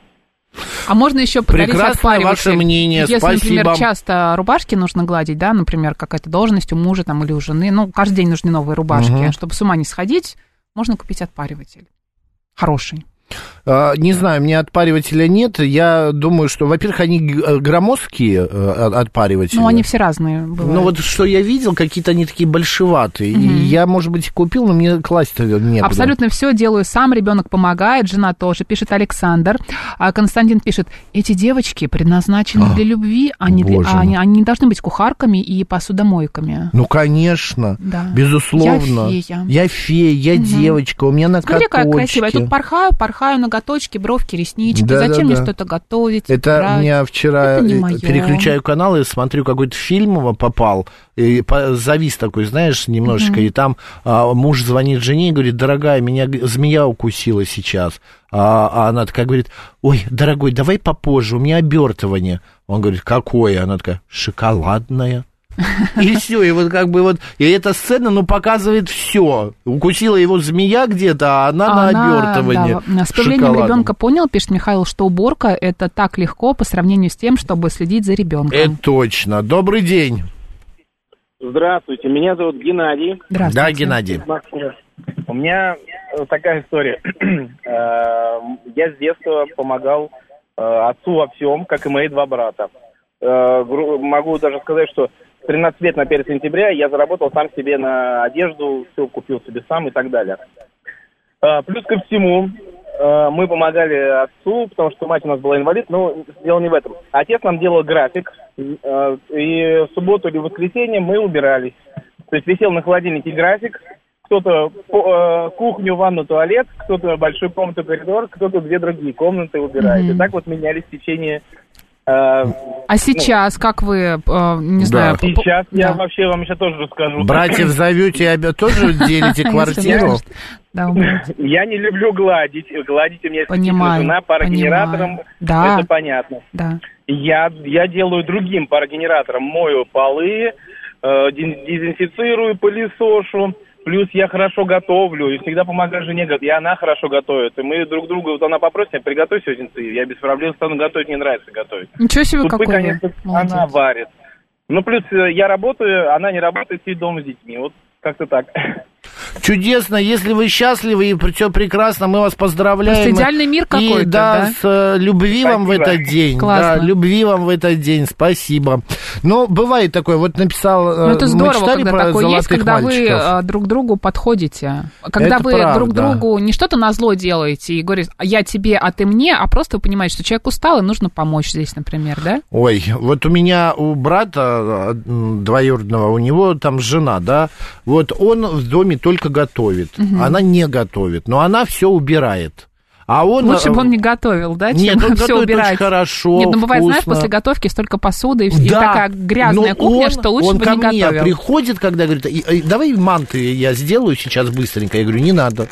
Speaker 1: А можно еще подарить
Speaker 4: Прекрасное
Speaker 1: отпариватель.
Speaker 4: ваше мнение,
Speaker 1: Если, например,
Speaker 4: спасибо.
Speaker 1: часто рубашки нужно гладить, да, например, какая-то должность у мужа там или у жены, ну, каждый день нужны новые рубашки,
Speaker 3: Мгм.
Speaker 1: чтобы с ума не сходить, можно купить отпариватель. Хороший.
Speaker 3: А, Не знаю, у меня отпаривателя нет. Я думаю, что, во-первых, они г- э, громоздкие э, от- отпариватели.
Speaker 1: Ну, они все разные бывают.
Speaker 3: Ну, вот что я видел, какие-то они такие большеватые. И я, может быть, и купил, но мне класть-то нет.
Speaker 1: Абсолютно все делаю сам, ребенок помогает, жена тоже, пишет Александр. А Константин пишет, эти девочки предназначены для любви, а не для-
Speaker 3: боже
Speaker 1: а
Speaker 3: мой.
Speaker 1: они, они не должны быть кухарками и посудомойками.
Speaker 3: Ну, конечно,
Speaker 1: Да.
Speaker 3: безусловно.
Speaker 1: Я фея.
Speaker 3: Я фея, я
Speaker 1: Мгм.
Speaker 3: девочка, у меня
Speaker 1: Смотри,
Speaker 3: ноготочки.
Speaker 1: какая Ну, красивая. Я тут порхаю, порхаю, ноготочки, бровки, реснички.
Speaker 3: Да,
Speaker 1: Зачем
Speaker 3: да,
Speaker 1: мне
Speaker 3: да.
Speaker 1: что-то готовить?
Speaker 3: Это у
Speaker 1: убирать?
Speaker 3: меня вчера
Speaker 1: Это не
Speaker 3: э,
Speaker 1: моё.
Speaker 3: переключаю канал и смотрю какой-то фильм э, попал и по- завис такой, знаешь, немножечко.
Speaker 1: Мгм.
Speaker 3: И там а, муж звонит жене и говорит, дорогая, меня г- змея укусила сейчас. А, а она такая говорит, ой, дорогой, давай попозже, у меня обертывание. Он говорит, какое? Она такая, шоколадное. И все, и вот как бы вот, и эта сцена, ну, показывает все. Укусила его змея где-то, а она, на обертывании.
Speaker 1: да, с появлением
Speaker 3: шоколадным.
Speaker 1: ребенка понял, пишет Михаил, что уборка это так легко по сравнению с тем, чтобы следить за ребенком.
Speaker 3: Это Э, точно. Добрый день.
Speaker 7: Здравствуйте, меня зовут Геннадий.
Speaker 3: Да, Геннадий.
Speaker 7: Москва. У меня э, такая история. (clears throat) Э, Я с детства помогал э, отцу во всем, как и мои два брата. Э, гру- Могу даже сказать, что с 13 лет на 1 сентября я заработал сам себе на одежду, все купил себе сам и так далее. Э, Плюс ко всему, э, мы помогали отцу, потому что мать у нас была инвалид, но дело не в этом. Отец нам делал график, э, и в субботу или в воскресенье мы убирались. То есть висел на холодильнике график, кто-то по- э, кухню, ванну, туалет, кто-то большую комнату, коридор, кто-то две другие комнаты убирает.
Speaker 1: Мгм.
Speaker 7: И так вот менялись в течение... э,
Speaker 1: А сейчас, как вы, э, не
Speaker 3: Да.
Speaker 1: знаю, по- по-
Speaker 7: Сейчас
Speaker 1: Да.
Speaker 7: я вообще вам еще тоже расскажу.
Speaker 3: Братьев зовете,
Speaker 1: (laughs)
Speaker 3: обе- тоже делите
Speaker 7: Если
Speaker 3: квартиру?
Speaker 7: можно.
Speaker 1: Да,
Speaker 7: Я не люблю гладить. Гладить у меня исключительно
Speaker 1: Понимаю,
Speaker 7: жена парогенератором.
Speaker 1: понимаю. Да.
Speaker 7: Это понятно.
Speaker 1: да.
Speaker 7: Я, я делаю другим парогенератором. Мою полы, э, дин- дезинфицирую, пылесошу. Плюс я хорошо готовлю и всегда помогаю жене, го- и она хорошо готовит. И мы друг другу, вот она попросит, я приготовь сегодня ты. Я без проблем стану готовить, мне нравится готовить.
Speaker 1: Ничего себе,
Speaker 7: Супы,
Speaker 1: какой вы
Speaker 7: конечно,
Speaker 1: молодец.
Speaker 7: она варит. Ну, плюс э, я работаю, она не работает, сидит дома с детьми. Вот как-то так.
Speaker 3: Чудесно, если вы счастливы и все прекрасно, мы вас поздравляем.
Speaker 1: Просто идеальный мир какой-то,
Speaker 3: и, да,
Speaker 1: да?
Speaker 3: с, э, любви вам в
Speaker 1: Спасибо.
Speaker 3: этот день.
Speaker 1: Классно.
Speaker 3: Да, любви вам в этот день, спасибо. Но бывает такое, вот написал... э,
Speaker 1: Ну, это
Speaker 3: мы
Speaker 1: здорово,
Speaker 3: читали
Speaker 1: когда
Speaker 3: про
Speaker 1: такое есть,
Speaker 3: золотых
Speaker 1: когда вы
Speaker 3: мальчиков?
Speaker 1: э, друг другу подходите. Когда
Speaker 3: Это
Speaker 1: вы
Speaker 3: правда.
Speaker 1: друг другу не что-то на зло делаете и говорите, «А я тебе, а ты мне, а просто вы понимаете, что человек устал, и нужно помочь здесь, например, да?
Speaker 3: Ой, вот у меня у брата э, м, двоюродного, у него там жена, да, вот он в доме только готовит,
Speaker 1: Мгм.
Speaker 3: она не готовит, но она все убирает. А он...
Speaker 1: Лучше бы
Speaker 3: э,
Speaker 1: он не готовил, да, чем (laughs)
Speaker 3: Нет, он
Speaker 1: все
Speaker 3: готовит
Speaker 1: убирать.
Speaker 3: очень хорошо,
Speaker 1: Нет, ну бывает, знаешь,
Speaker 3: вкусно.
Speaker 1: после готовки столько посуды и, и
Speaker 3: Да,
Speaker 1: такая грязная
Speaker 3: но
Speaker 1: кухня,
Speaker 3: он-
Speaker 1: что лучше
Speaker 3: он
Speaker 1: бы
Speaker 3: ко
Speaker 1: не
Speaker 3: мне
Speaker 1: готовил.
Speaker 3: приходит, когда говорит, «И- и давай манты я сделаю сейчас быстренько. Я говорю, не надо.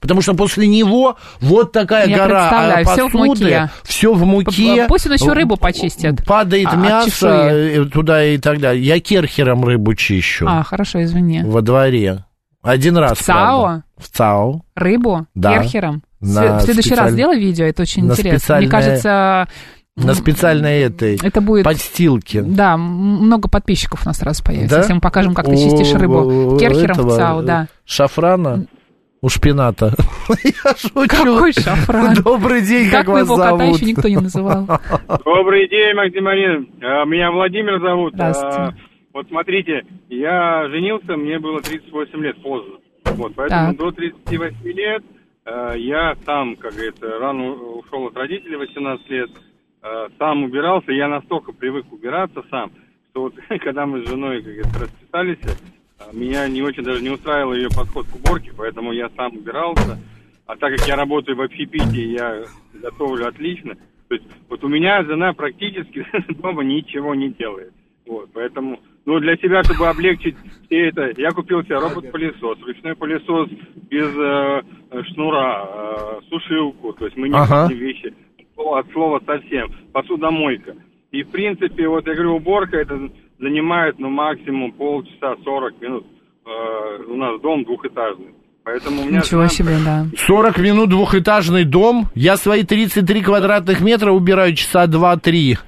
Speaker 3: Потому что после него вот такая
Speaker 1: Я
Speaker 3: гора а,
Speaker 1: представляю, всё в
Speaker 3: посуды,
Speaker 1: муке.
Speaker 3: все в муке.
Speaker 1: П- пусть он
Speaker 3: ну,
Speaker 1: еще рыбу почистит.
Speaker 3: Падает
Speaker 1: А, от
Speaker 3: мясо
Speaker 1: чешуи.
Speaker 3: э, туда и так далее. Я керхером рыбу чищу
Speaker 1: А, хорошо, извини.
Speaker 3: во дворе. Один раз.
Speaker 1: В ЦАО?
Speaker 3: правда. В ЦАО.
Speaker 1: Рыбу?
Speaker 3: Да.
Speaker 1: Керхером? В
Speaker 3: На
Speaker 1: сл- в следующий раз
Speaker 3: специаль-
Speaker 1: сделай видео, это очень
Speaker 3: на
Speaker 1: интересно. Мне
Speaker 3: специальное-
Speaker 1: кажется,
Speaker 3: На специальной этой
Speaker 1: Это будет-
Speaker 3: подстилке.
Speaker 1: да, м- много подписчиков у нас раз появится,
Speaker 3: Да?
Speaker 1: если мы покажем, как ты
Speaker 3: У-
Speaker 1: чистишь
Speaker 3: у
Speaker 1: рыбу. Керхером в
Speaker 3: этого, э,
Speaker 1: ЦАУ, да.
Speaker 3: Шафрана? У шпината. (laughs) Я шучу.
Speaker 1: Какой
Speaker 3: (laughs)
Speaker 1: шафран?
Speaker 3: Добрый день,
Speaker 1: Так
Speaker 3: как
Speaker 1: мы
Speaker 3: вас
Speaker 1: его кота
Speaker 3: зовут?
Speaker 1: еще никто не
Speaker 3: (laughs)
Speaker 1: называл.
Speaker 7: Добрый день, Максим Марин. Э, Меня Владимир зовут.
Speaker 1: Здравствуйте.
Speaker 7: Э, Вот смотрите, я женился, мне было 38 лет поздно. Вот, поэтому
Speaker 1: Так.
Speaker 7: до 38 лет э, я сам, как говорится, рано у- ушел от родителей в 18 лет, э, сам убирался. Я настолько привык убираться сам, что вот (laughs) когда мы с женой, как говорится, расписались, э, меня не очень даже не устраивал ее подход к уборке, поэтому я сам убирался. А так как я работаю в общепите, я готовлю отлично. То есть вот у меня жена практически (laughs) дома ничего не делает. Вот, поэтому, ну, для себя, чтобы облегчить все это, я купил себе робот-пылесос, ручной пылесос без э, э, шнура, э, сушилку, то есть мы не
Speaker 8: Ага.
Speaker 7: хотим вещи от слова- от слова совсем, посудомойка. И, в принципе, вот я говорю, уборка это занимает, ну, максимум полчаса, 40 минут. Э, у нас дом двухэтажный, поэтому у меня...
Speaker 1: Ничего
Speaker 7: жена-
Speaker 1: себе, да.
Speaker 3: 40 минут двухэтажный дом. Я свои 33 квадратных метра убираю часа 2-3.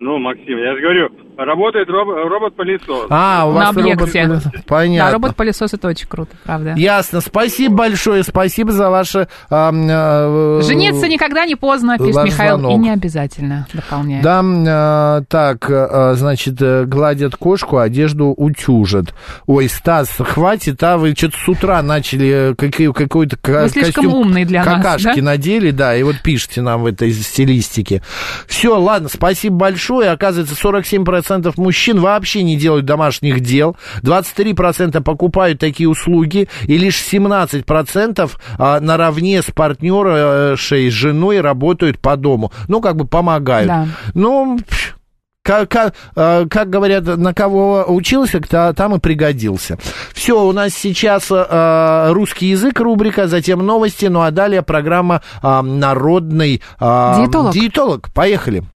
Speaker 7: Ну, Максим, я же говорю, работает роб- робот-пылесос.
Speaker 3: А, у
Speaker 1: На
Speaker 3: вас
Speaker 1: объекте.
Speaker 3: робот-
Speaker 1: Да,
Speaker 3: Понятно.
Speaker 1: робот-пылесос это очень круто, правда.
Speaker 3: Ясно. Спасибо большое. Спасибо за ваше... а, м, а, э,
Speaker 1: Жениться никогда не поздно, пишет
Speaker 3: ваш
Speaker 1: Михаил, и
Speaker 3: звонок.
Speaker 1: не обязательно, дополняет.
Speaker 3: Да, м, а, так, а, значит, э, гладят кошку, одежду утюжат. Ой, Стас, хватит, а вы что-то с утра начали э, какие- какой-то ка-
Speaker 1: Вы слишком
Speaker 3: костюм
Speaker 1: умный для нас,
Speaker 3: какашки
Speaker 1: да?
Speaker 3: надели, да, и вот пишите нам в этой стилистике. Все, ладно, спасибо большое. Оказывается, 47% мужчин вообще не делают домашних дел, 23% покупают такие услуги, и лишь 17% а, наравне с партнершей, с женой работают по дому. Ну, как бы помогают.
Speaker 1: Да.
Speaker 3: Ну, пф, как, как, э, как говорят, на кого учился, кто там и пригодился. Все, у нас сейчас э, русский язык рубрика, затем новости, ну а далее программа э, а, «Народный э,
Speaker 1: Диетолог».
Speaker 3: диетолог». Поехали.